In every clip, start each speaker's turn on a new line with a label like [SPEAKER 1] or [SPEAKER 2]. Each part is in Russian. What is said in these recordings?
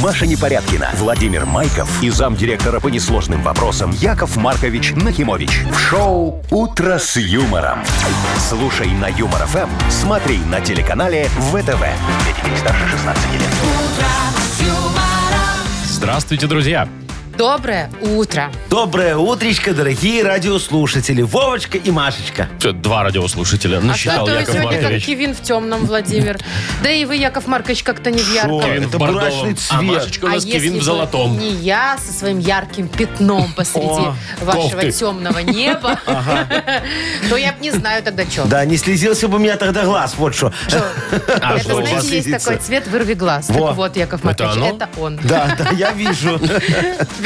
[SPEAKER 1] Маша Непорядкина, Владимир Майков и замдиректора по несложным вопросам Яков Маркович Нахимович. В шоу «Утро с юмором». Слушай на Юмор ФМ, смотри на телеканале ВТВ. Для детей старше 16 лет.
[SPEAKER 2] Здравствуйте, друзья.
[SPEAKER 3] Доброе утро.
[SPEAKER 4] Доброе утречко, дорогие радиослушатели. Вовочка и Машечка.
[SPEAKER 2] Все, два радиослушателя
[SPEAKER 3] А что
[SPEAKER 2] насчитал
[SPEAKER 3] то вы
[SPEAKER 2] Яков
[SPEAKER 3] сегодня как
[SPEAKER 2] Маркович.
[SPEAKER 3] Кивин в темном, Владимир? Да и вы, Яков Маркович, как-то не в ярком.
[SPEAKER 4] Шо?
[SPEAKER 2] Кевин
[SPEAKER 4] Это
[SPEAKER 2] в бордовом,
[SPEAKER 4] брачный
[SPEAKER 2] А
[SPEAKER 4] цвет.
[SPEAKER 2] Машечка у
[SPEAKER 3] А
[SPEAKER 2] нас
[SPEAKER 3] если
[SPEAKER 2] Кевин в
[SPEAKER 3] бы
[SPEAKER 2] золотом.
[SPEAKER 3] не я со своим ярким пятном посреди
[SPEAKER 4] О,
[SPEAKER 3] вашего
[SPEAKER 2] кофты.
[SPEAKER 3] темного неба, то я б не знаю тогда что.
[SPEAKER 4] Да, не слезился бы у меня тогда глаз, вот что.
[SPEAKER 2] А
[SPEAKER 3] Это,
[SPEAKER 2] что у вас?
[SPEAKER 3] знаете, есть
[SPEAKER 4] видится?
[SPEAKER 3] такой цвет «вырви глаз». Так
[SPEAKER 4] Во.
[SPEAKER 3] вот, Яков
[SPEAKER 2] Это
[SPEAKER 3] Маркович,
[SPEAKER 2] оно?
[SPEAKER 3] это он.
[SPEAKER 4] Да, да, я вижу.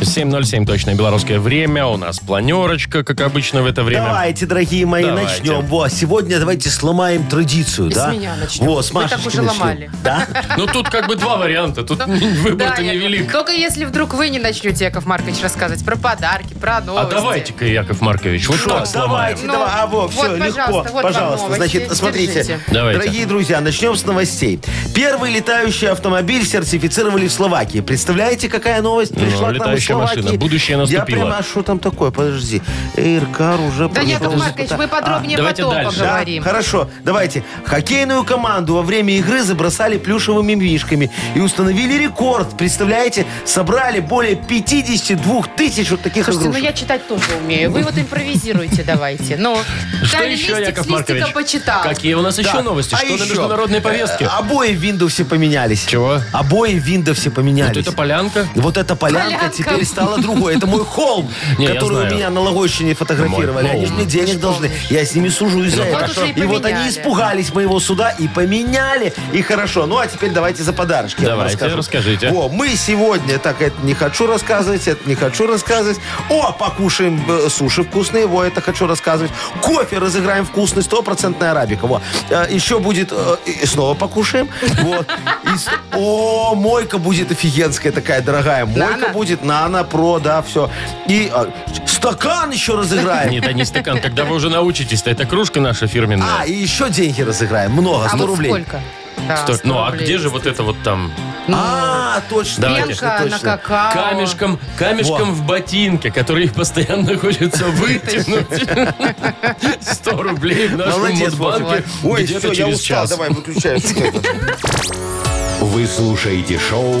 [SPEAKER 2] 7.07 точное белорусское время. У нас планерочка, как обычно в это время.
[SPEAKER 4] Давайте, дорогие мои,
[SPEAKER 2] Давайте.
[SPEAKER 4] начнем. Во, сегодня давайте сломаем традицию,
[SPEAKER 3] И
[SPEAKER 4] да?
[SPEAKER 3] с меня начнем.
[SPEAKER 4] Во, с
[SPEAKER 3] Вы так
[SPEAKER 4] Машечки
[SPEAKER 3] уже
[SPEAKER 4] начнем.
[SPEAKER 3] ломали.
[SPEAKER 4] Да?
[SPEAKER 2] Ну тут как бы два варианта. Тут
[SPEAKER 3] Да,
[SPEAKER 2] выбор-то
[SPEAKER 3] Яков-
[SPEAKER 2] невелик.
[SPEAKER 3] Только если вдруг вы не начнете, Яков Маркович, рассказывать про подарки, про
[SPEAKER 2] А
[SPEAKER 3] новости.
[SPEAKER 2] давайте-ка, Яков Маркович, вот
[SPEAKER 4] Что,
[SPEAKER 2] так сломаем.
[SPEAKER 4] давайте,
[SPEAKER 3] Ну,
[SPEAKER 4] давай. А, во,
[SPEAKER 3] вот,
[SPEAKER 4] все, легко.
[SPEAKER 3] пожалуйста, вот вам новости.
[SPEAKER 4] значит, смотрите.
[SPEAKER 3] Держите.
[SPEAKER 2] Давайте.
[SPEAKER 4] Дорогие друзья, начнем с новостей. Первый летающий автомобиль сертифицировали в Словакии. Представляете, какая новость пришла к нам из
[SPEAKER 2] Ну, летающая
[SPEAKER 4] Словакии?
[SPEAKER 2] машина. Будущее
[SPEAKER 4] Я
[SPEAKER 2] наступило.
[SPEAKER 4] прямо, а что там такое? Подожди. Эйркар уже
[SPEAKER 3] Да,
[SPEAKER 4] пошел.
[SPEAKER 3] Яков Маркович, мы подробнее
[SPEAKER 2] А, давайте
[SPEAKER 3] потом
[SPEAKER 2] дальше.
[SPEAKER 4] Да,
[SPEAKER 3] поговорим.
[SPEAKER 4] хорошо, давайте. Хоккейную команду во время игры забросали плюшевыми мишками и установили рекорд. Представляете, собрали более 52 тысяч вот таких
[SPEAKER 3] Слушайте, ну
[SPEAKER 4] игрушек.
[SPEAKER 3] я читать тоже умею. Вы вот импровизируйте давайте. Ну,
[SPEAKER 2] Что
[SPEAKER 3] дали
[SPEAKER 2] еще,
[SPEAKER 3] листик,
[SPEAKER 2] Яков
[SPEAKER 3] с листика
[SPEAKER 2] Маркович?
[SPEAKER 3] почитал.
[SPEAKER 2] Какие у нас еще
[SPEAKER 4] Да.
[SPEAKER 2] новости?
[SPEAKER 4] А
[SPEAKER 2] Что на
[SPEAKER 4] еще?
[SPEAKER 2] международной повестке?
[SPEAKER 4] Э, Обои в Виндовсе поменялись.
[SPEAKER 2] Чего?
[SPEAKER 4] Обои в Виндовсе
[SPEAKER 2] Вот
[SPEAKER 4] поменялись.
[SPEAKER 2] это полянка?
[SPEAKER 4] Вот эта полянка,
[SPEAKER 3] Полянка.
[SPEAKER 4] теперь стала другой. Это мой холм,
[SPEAKER 2] Не, я
[SPEAKER 4] который
[SPEAKER 2] знаю.
[SPEAKER 4] у меня на Логощине фотографировали.
[SPEAKER 2] Мой
[SPEAKER 4] Они же мне денег должны. Я с ними сужу из-за
[SPEAKER 3] Ну, вот
[SPEAKER 4] этого.
[SPEAKER 3] уже и
[SPEAKER 4] И вот
[SPEAKER 3] поменяли.
[SPEAKER 4] они испугались моего суда и поменяли. И хорошо. Ну, а теперь давайте за подарочки. я вам
[SPEAKER 2] Давайте,
[SPEAKER 4] расскажу.
[SPEAKER 2] расскажите.
[SPEAKER 4] Во, мы сегодня, так, это не хочу рассказывать, это не хочу рассказывать. О, покушаем э, суши вкусные, во, это хочу рассказывать. Кофе разыграем вкусный, стопроцентная арабика, во. Э, Еще будет, э, и снова покушаем, вот. И с- О, мойка будет офигенская такая, дорогая. Мойка
[SPEAKER 3] Нано?
[SPEAKER 4] будет нано, про, да, все. И э, стакан еще разыграем.
[SPEAKER 2] Нет, а не стакан. Когда вы уже научитесь-то? Это кружка наша
[SPEAKER 4] А,
[SPEAKER 2] фирменная.
[SPEAKER 4] и еще деньги разыграем, много,
[SPEAKER 3] А
[SPEAKER 4] 100
[SPEAKER 3] вот
[SPEAKER 4] рублей.
[SPEAKER 3] сколько? Да,
[SPEAKER 2] Что-
[SPEAKER 3] 100
[SPEAKER 2] Ну а
[SPEAKER 3] рублей.
[SPEAKER 2] где же вот это вот там?
[SPEAKER 3] Ну,
[SPEAKER 4] А, точно,
[SPEAKER 2] Давайте.
[SPEAKER 4] точно,
[SPEAKER 3] пенка на
[SPEAKER 4] точно.
[SPEAKER 3] какао.
[SPEAKER 2] Камешком, камешком
[SPEAKER 4] Во.
[SPEAKER 2] в ботинке, который постоянно хочется вытянуть. 100 рублей в нашем
[SPEAKER 4] Молодец,
[SPEAKER 2] Мудбанке
[SPEAKER 4] Вовчик. Ой,
[SPEAKER 2] где-то
[SPEAKER 4] все, я
[SPEAKER 2] через
[SPEAKER 4] устал,
[SPEAKER 2] час.
[SPEAKER 4] давай, выключай.
[SPEAKER 1] Вы слушаете шоу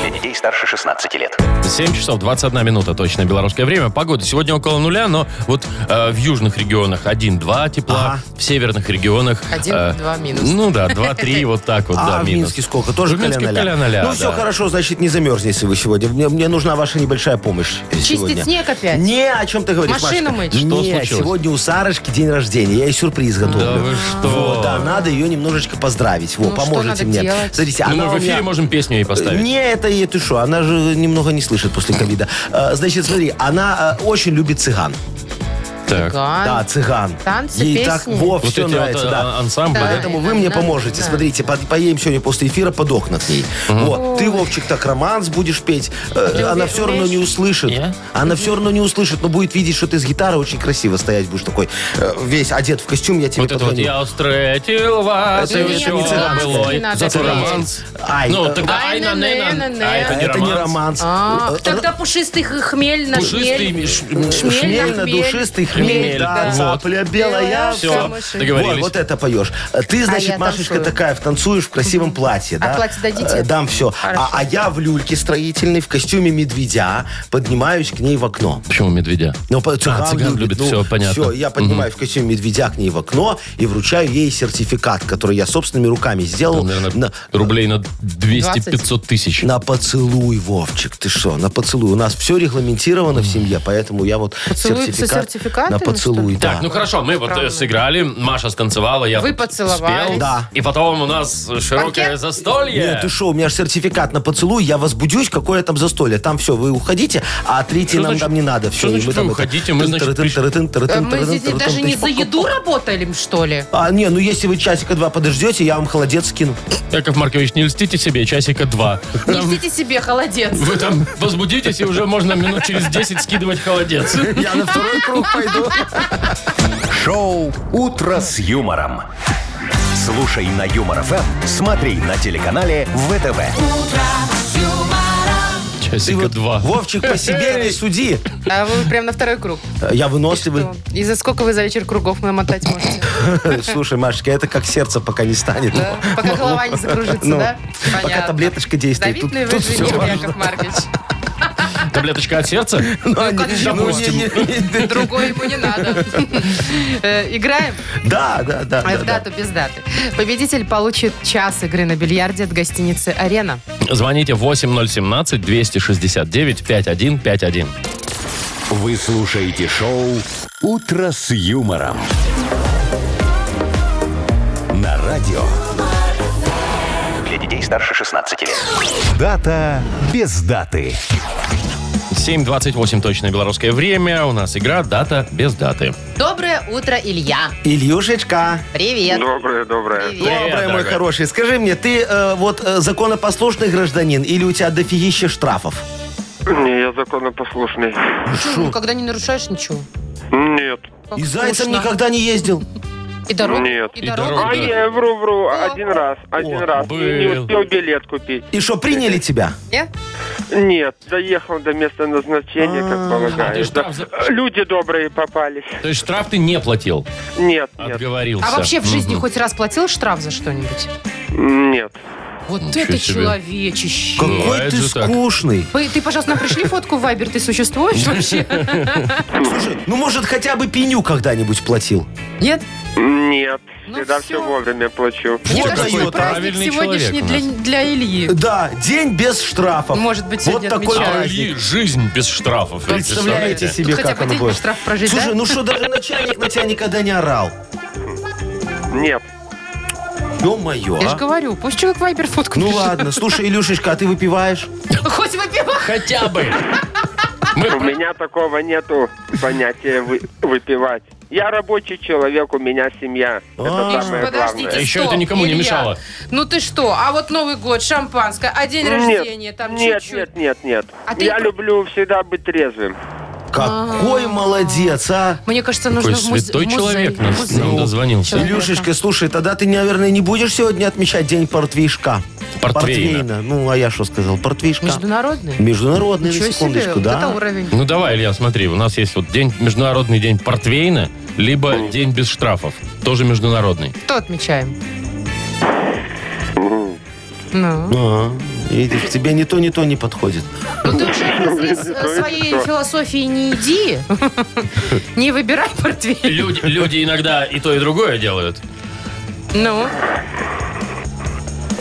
[SPEAKER 1] Для детей старше 16 лет.
[SPEAKER 2] 7 часов 21 минута, точно, белорусское время. Погода сегодня около нуля, но вот э, в южных регионах 1-2 тепла,
[SPEAKER 4] Ага.
[SPEAKER 2] в северных регионах... э,
[SPEAKER 3] 1-2 минус.
[SPEAKER 2] Ну да, 2-3, вот так вот, да,
[SPEAKER 4] А в
[SPEAKER 2] минус.
[SPEAKER 4] Минске сколько? Тоже
[SPEAKER 2] В Минске
[SPEAKER 4] коля-ноля?
[SPEAKER 2] коля-ноля,
[SPEAKER 4] Ну
[SPEAKER 2] да.
[SPEAKER 4] все хорошо, значит, не замерзнете вы сегодня. Мне, мне нужна ваша небольшая помощь сегодня.
[SPEAKER 3] снег опять?
[SPEAKER 4] Не, о чем ты говоришь,
[SPEAKER 3] Машину мыть?
[SPEAKER 4] Машечка?
[SPEAKER 2] Что
[SPEAKER 4] Не,
[SPEAKER 2] случилось?
[SPEAKER 4] сегодня у Сарочки день рождения. Я ей сюрприз готовлю.
[SPEAKER 2] Да вы что?
[SPEAKER 4] Вот, да, надо ее немножечко поздравить. Во,
[SPEAKER 3] Ну, что
[SPEAKER 4] поможете
[SPEAKER 3] надо
[SPEAKER 4] мне.
[SPEAKER 3] делать?
[SPEAKER 4] Смотрите,
[SPEAKER 2] Ну,
[SPEAKER 4] она
[SPEAKER 2] мы
[SPEAKER 4] у
[SPEAKER 2] в эфире
[SPEAKER 4] меня-
[SPEAKER 2] можем песню ей поставить.
[SPEAKER 4] не, это ей ты что, она же немного не слышит после ковида. Э, Значит, смотри, она э, очень любит цыган.
[SPEAKER 2] Так.
[SPEAKER 3] Цыган.
[SPEAKER 4] Да, цыган.
[SPEAKER 3] А? Танцы,
[SPEAKER 4] Ей
[SPEAKER 3] песни.
[SPEAKER 4] так во,
[SPEAKER 2] Вот
[SPEAKER 4] все
[SPEAKER 2] эти
[SPEAKER 4] нравится,
[SPEAKER 2] вот,
[SPEAKER 4] да.
[SPEAKER 2] а, ансамбли, да?
[SPEAKER 4] Поэтому вы мне
[SPEAKER 3] Нам-
[SPEAKER 4] поможете.
[SPEAKER 3] да.
[SPEAKER 4] Смотрите, под- поедем сегодня после эфира под окна к ней. Вот. Ты, Вовчик, так романс будешь петь. Э,
[SPEAKER 3] Ты
[SPEAKER 4] Она
[SPEAKER 3] уме-
[SPEAKER 4] все равно
[SPEAKER 3] умеешь?
[SPEAKER 4] не услышит.
[SPEAKER 2] Я?
[SPEAKER 4] Она все равно не услышит, но будет видеть, что ты с гитары очень красиво стоять будешь такой. э, Весь одет в костюм, я тебе
[SPEAKER 2] Вот это вот
[SPEAKER 4] позвоню.
[SPEAKER 2] «Я встретил вас»,
[SPEAKER 4] Это
[SPEAKER 2] и
[SPEAKER 4] не
[SPEAKER 2] всё
[SPEAKER 4] цыган,
[SPEAKER 2] было».
[SPEAKER 3] не надо
[SPEAKER 2] Зато
[SPEAKER 3] петь.
[SPEAKER 2] романс.
[SPEAKER 4] Ай,
[SPEAKER 2] Ну,
[SPEAKER 4] э,
[SPEAKER 2] тогда
[SPEAKER 3] Ай,
[SPEAKER 2] «Ай, на,
[SPEAKER 3] на,
[SPEAKER 2] на,
[SPEAKER 3] на,
[SPEAKER 2] на».
[SPEAKER 3] на.
[SPEAKER 2] А это не
[SPEAKER 4] это не
[SPEAKER 2] романс.
[SPEAKER 4] романс.
[SPEAKER 3] А,
[SPEAKER 4] Э,
[SPEAKER 3] тогда пушистый х- хмель на
[SPEAKER 2] Пушистый,
[SPEAKER 3] хмель.
[SPEAKER 2] миш-
[SPEAKER 3] Шмель, на
[SPEAKER 4] Шмельно,
[SPEAKER 3] хмель.
[SPEAKER 4] душистый
[SPEAKER 2] Хмель,
[SPEAKER 4] хмель, да,
[SPEAKER 2] да.
[SPEAKER 4] цапля белая,
[SPEAKER 3] Белая,
[SPEAKER 4] все.
[SPEAKER 2] Все,
[SPEAKER 3] Мыши.
[SPEAKER 4] Вот,
[SPEAKER 2] договорились.
[SPEAKER 4] вот это поешь. А Ты,
[SPEAKER 3] я
[SPEAKER 4] значит, Машечка
[SPEAKER 3] танцую. А
[SPEAKER 4] такая, танцуешь в красивом платье, да?
[SPEAKER 3] платье дадите?
[SPEAKER 4] Э, Дам все.
[SPEAKER 3] Хорошо.
[SPEAKER 4] А, а я в люльке строительной, в костюме медведя, поднимаюсь к ней в окно.
[SPEAKER 2] Почему медведя? А,
[SPEAKER 4] Ну, по- цыган,
[SPEAKER 2] цыган любит, всё, понятно.
[SPEAKER 4] Все, я поднимаю в костюме медведя к ней в окно и вручаю ей сертификат, который я собственными руками сделал.
[SPEAKER 2] Там, наверное,
[SPEAKER 4] на-
[SPEAKER 2] Ну, рублей на 200-500 тысяч.
[SPEAKER 4] на поцелуй, Вовчик, ты что? На поцелуй. У нас все регламентировано в семье, поэтому я вот
[SPEAKER 3] Поцелуй со
[SPEAKER 4] сертификат...
[SPEAKER 3] сертификатом?
[SPEAKER 4] на
[SPEAKER 3] Обязательно,
[SPEAKER 4] поцелуй.
[SPEAKER 3] что ли?
[SPEAKER 4] да.
[SPEAKER 2] Так, ну хорошо, мы вот э, сыграли, Маша станцевала, я
[SPEAKER 3] Вы
[SPEAKER 2] тут
[SPEAKER 3] поцеловались.
[SPEAKER 2] спел.
[SPEAKER 4] Да.
[SPEAKER 2] И потом у нас широкое
[SPEAKER 3] Пакет?
[SPEAKER 2] застолье.
[SPEAKER 4] Нет, ты шо, у меня же сертификат на поцелуй, я возбудюсь, какое там застолье. Там все, вы уходите, а третий
[SPEAKER 2] Что
[SPEAKER 4] нам
[SPEAKER 2] значит-
[SPEAKER 4] там не надо.
[SPEAKER 2] что
[SPEAKER 4] Все,
[SPEAKER 2] значит вы уходите? Мы, значит,
[SPEAKER 3] Э, Мы здесь даже не за еду работали, что ли?
[SPEAKER 4] А, не, ну если вы часика два подождете, я вам холодец скину.
[SPEAKER 2] Яков Маркович, не льстите себе, часика два.
[SPEAKER 3] Не
[SPEAKER 2] Там-
[SPEAKER 3] льстите себе, холодец.
[SPEAKER 2] Вы там возбудитесь, и уже можно минут через 10 скидывать холодец.
[SPEAKER 4] Я на второй круг пойду.
[SPEAKER 1] Шоу «Утро с юмором». Слушай на Юмор ФМ, смотри на телеканале ВТВ.
[SPEAKER 4] Ты
[SPEAKER 2] Часика
[SPEAKER 4] вот,
[SPEAKER 2] два.
[SPEAKER 4] Вовчик, по себе не суди.
[SPEAKER 3] А вы прям на второй круг.
[SPEAKER 4] Я выносливый.
[SPEAKER 3] Что? И за сколько вы за вечер кругов намотать можете?
[SPEAKER 4] Слушай, Машечка, это как сердце пока не станет.
[SPEAKER 3] Да? Пока голова не закружится,
[SPEAKER 4] Ну,
[SPEAKER 3] да?
[SPEAKER 4] пока таблеточка действует. Тут,
[SPEAKER 3] Завидный вы
[SPEAKER 4] тут все
[SPEAKER 3] женщина,
[SPEAKER 4] важно.
[SPEAKER 3] Яков Маркович.
[SPEAKER 2] Таблеточка от сердца?
[SPEAKER 4] Ну,
[SPEAKER 3] как
[SPEAKER 4] не-
[SPEAKER 3] же
[SPEAKER 4] ну,
[SPEAKER 3] можно?
[SPEAKER 4] не- не- не-
[SPEAKER 3] Другой ему не надо. Э, Играем?
[SPEAKER 4] Да, да, да.
[SPEAKER 3] А В
[SPEAKER 4] да, да.
[SPEAKER 3] дату без даты. Победитель получит час игры на бильярде от гостиницы «Арена».
[SPEAKER 2] Звоните 8017-269-5151.
[SPEAKER 1] Вы слушаете шоу «Утро с юмором». На радио. Для детей старше 16 лет. Дата без даты.
[SPEAKER 2] 7.28 точное белорусское время. У нас игра «Дата без даты».
[SPEAKER 3] Доброе утро, Илья.
[SPEAKER 4] Ильюшечка.
[SPEAKER 3] Привет.
[SPEAKER 5] Доброе, доброе.
[SPEAKER 3] Привет.
[SPEAKER 2] Привет,
[SPEAKER 4] Доброе, мой
[SPEAKER 2] дорогая.
[SPEAKER 4] хороший. Скажи мне, ты э, вот э, законопослушный гражданин или у тебя дофигища штрафов?
[SPEAKER 5] Не, я законопослушный.
[SPEAKER 4] ну, а
[SPEAKER 3] Чего, Никогда не нарушаешь ничего.
[SPEAKER 5] Нет.
[SPEAKER 3] Ну, Как
[SPEAKER 4] И зайцем
[SPEAKER 3] скучно.
[SPEAKER 4] никогда не ездил.
[SPEAKER 3] И дорогу.
[SPEAKER 5] Нет.
[SPEAKER 3] И
[SPEAKER 2] И
[SPEAKER 3] дорогу.
[SPEAKER 2] дорогу.
[SPEAKER 5] А
[SPEAKER 2] Да.
[SPEAKER 5] не, вру, вру. Один раз, один
[SPEAKER 4] О,
[SPEAKER 5] раз. И не
[SPEAKER 2] был.
[SPEAKER 5] успел билет купить.
[SPEAKER 4] И что, приняли тебя?
[SPEAKER 3] Не? А
[SPEAKER 5] Нет, доехал до места назначения,
[SPEAKER 4] А,
[SPEAKER 5] как
[SPEAKER 2] А ты штраф
[SPEAKER 5] полагается.
[SPEAKER 2] за-
[SPEAKER 5] Люди добрые попались.
[SPEAKER 2] То есть штраф ты не платил?
[SPEAKER 5] Нет, нет,
[SPEAKER 2] Отговорился.
[SPEAKER 3] А вообще в жизни
[SPEAKER 2] Мгм.
[SPEAKER 3] хоть раз платил штраф за что-нибудь?
[SPEAKER 5] нет.
[SPEAKER 3] Вот
[SPEAKER 2] Ничего
[SPEAKER 3] это
[SPEAKER 2] себе.
[SPEAKER 3] человечище.
[SPEAKER 4] Какой
[SPEAKER 2] Бывает
[SPEAKER 4] ты
[SPEAKER 2] же так.
[SPEAKER 4] скучный.
[SPEAKER 3] Вы- Ты, пожалуйста, нам пришли фотку в Вайбер, ты существуешь вообще?
[SPEAKER 4] Слушай, ну может хотя бы пеню когда-нибудь платил?
[SPEAKER 3] Нет?
[SPEAKER 5] Нет,
[SPEAKER 3] Ну
[SPEAKER 5] всегда
[SPEAKER 3] всё.
[SPEAKER 5] все вовремя плачу.
[SPEAKER 3] Мне
[SPEAKER 2] Вот
[SPEAKER 3] кажется,
[SPEAKER 2] какой
[SPEAKER 3] праздник
[SPEAKER 2] правильный человек
[SPEAKER 3] сегодняшний
[SPEAKER 2] у
[SPEAKER 3] для,
[SPEAKER 2] нас.
[SPEAKER 3] для Ильи.
[SPEAKER 4] Да, день без штрафов.
[SPEAKER 3] Ну, Может быть,
[SPEAKER 4] Вот
[SPEAKER 3] сегодня
[SPEAKER 4] такой
[SPEAKER 2] А,
[SPEAKER 3] отмечают.
[SPEAKER 4] праздник.
[SPEAKER 2] и жизнь без штрафов. вы
[SPEAKER 4] Представляете
[SPEAKER 2] представляете?
[SPEAKER 4] себе,
[SPEAKER 3] Хотя
[SPEAKER 4] как
[SPEAKER 3] бы
[SPEAKER 4] оно
[SPEAKER 3] день
[SPEAKER 4] будет.
[SPEAKER 3] без штраф прожить,
[SPEAKER 4] Слушай,
[SPEAKER 3] да?
[SPEAKER 4] ну что, даже начальник на тебя никогда не орал.
[SPEAKER 5] Нет.
[SPEAKER 4] Ё-моё,
[SPEAKER 3] Я
[SPEAKER 4] а.
[SPEAKER 3] же говорю, пусть человек Вайбер фотку
[SPEAKER 4] Ну
[SPEAKER 3] пришлет.
[SPEAKER 4] ладно, слушай, Илюшечка, а ты выпиваешь?
[SPEAKER 3] Хоть выпивай.
[SPEAKER 2] Хотя бы.
[SPEAKER 5] У меня такого нету понятия вы- выпивать. Я рабочий человек, у меня семья.
[SPEAKER 4] А.
[SPEAKER 5] Это самое
[SPEAKER 3] Подождите,
[SPEAKER 5] главное.
[SPEAKER 2] Еще
[SPEAKER 3] стоп,
[SPEAKER 2] это никому не
[SPEAKER 3] Илья.
[SPEAKER 2] мешало.
[SPEAKER 3] Ну ты что? А вот Новый год, шампанское, а день рождения там
[SPEAKER 5] Ну, нет,
[SPEAKER 3] чуть-чуть.
[SPEAKER 5] нет, нет, нет.
[SPEAKER 3] А ты-
[SPEAKER 5] Я люблю всегда быть трезвым.
[SPEAKER 4] Какой молодец, а!
[SPEAKER 3] Мне кажется,
[SPEAKER 2] Какой
[SPEAKER 3] нужно в музе-
[SPEAKER 2] святой
[SPEAKER 3] в музей.
[SPEAKER 2] человек Ну, нам-
[SPEAKER 3] в музей.
[SPEAKER 2] нам дозвонился.
[SPEAKER 3] Человек.
[SPEAKER 4] Илюшечка, слушай, тогда ты, наверное, не будешь сегодня отмечать день портвейшка?
[SPEAKER 2] Портвейна.
[SPEAKER 4] Ну, а я что сказал? Портвейшка.
[SPEAKER 3] Международный?
[SPEAKER 4] Международный, на
[SPEAKER 3] Ничего
[SPEAKER 4] секундочку,
[SPEAKER 3] себе, вот это
[SPEAKER 4] да?
[SPEAKER 3] уровень.
[SPEAKER 2] Ну давай, Илья, смотри, у нас есть вот день, международный день портвейна, либо день без штрафов, тоже международный.
[SPEAKER 3] Кто отмечаем? Ну,
[SPEAKER 4] Ага. Видишь, тебе ни то, ни то не подходит.
[SPEAKER 3] Ну, ты уже в разрез
[SPEAKER 5] Ну,
[SPEAKER 3] э,
[SPEAKER 5] и
[SPEAKER 3] своей
[SPEAKER 5] что?
[SPEAKER 3] философии не иди, не выбирай портфель.
[SPEAKER 2] Люди, люди иногда и то, и другое делают.
[SPEAKER 3] Ну,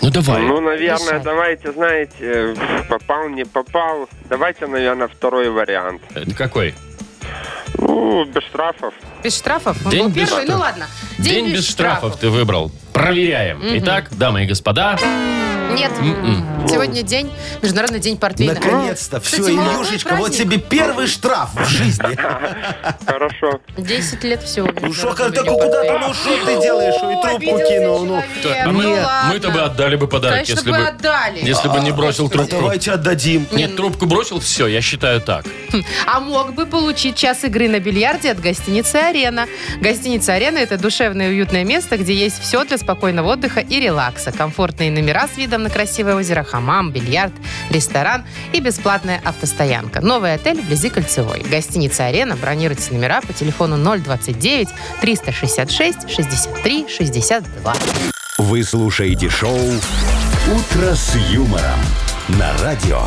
[SPEAKER 2] Ну давай.
[SPEAKER 5] Ну, наверное,
[SPEAKER 3] Решай.
[SPEAKER 5] давайте, знаете, э, попал, не попал. Давайте, наверное, второй вариант.
[SPEAKER 2] Это какой?
[SPEAKER 5] Ну, без штрафов.
[SPEAKER 3] без штрафов? Он
[SPEAKER 2] День
[SPEAKER 3] был
[SPEAKER 2] без
[SPEAKER 3] первый?
[SPEAKER 2] штрафов.
[SPEAKER 3] Ну ладно.
[SPEAKER 2] День, без штрафов. ты выбрал. Проверяем. Итак, дамы и господа,
[SPEAKER 3] Э, Нет. Сегодня день, Международный день портвейна.
[SPEAKER 4] Наконец-то. Все,
[SPEAKER 3] Кстати, молодой
[SPEAKER 4] Илюшечка, вот
[SPEAKER 3] праздник.
[SPEAKER 4] тебе первый штраф в жизни.
[SPEAKER 5] Хорошо.
[SPEAKER 3] 10 А, лет всего.
[SPEAKER 4] Ну что, как- так куда ты, ну что ты делаешь? И трубку кинул, ну.
[SPEAKER 2] а мы, мы-то бы отдали бы подарок,
[SPEAKER 3] Конечно,
[SPEAKER 2] если
[SPEAKER 3] бы
[SPEAKER 2] бы,
[SPEAKER 3] отдали.
[SPEAKER 2] если бы не бросил
[SPEAKER 4] А
[SPEAKER 2] трубку.
[SPEAKER 4] давайте отдадим.
[SPEAKER 2] Нет, трубку бросил, все, я считаю так.
[SPEAKER 3] А мог бы получить час игры на бильярде от гостиницы «Арена». Гостиница «Арена» — это душевное и уютное место, где есть все для спокойного отдыха и релакса. Комфортные номера с видом на красивое озеро, хамам, бильярд, ресторан и бесплатная автостоянка. Новый отель вблизи Кольцевой. Гостиница «Арена». Бронируйте номера по телефону 029 366 63 62.
[SPEAKER 1] Вы слушаете шоу «Утро с юмором» на радио.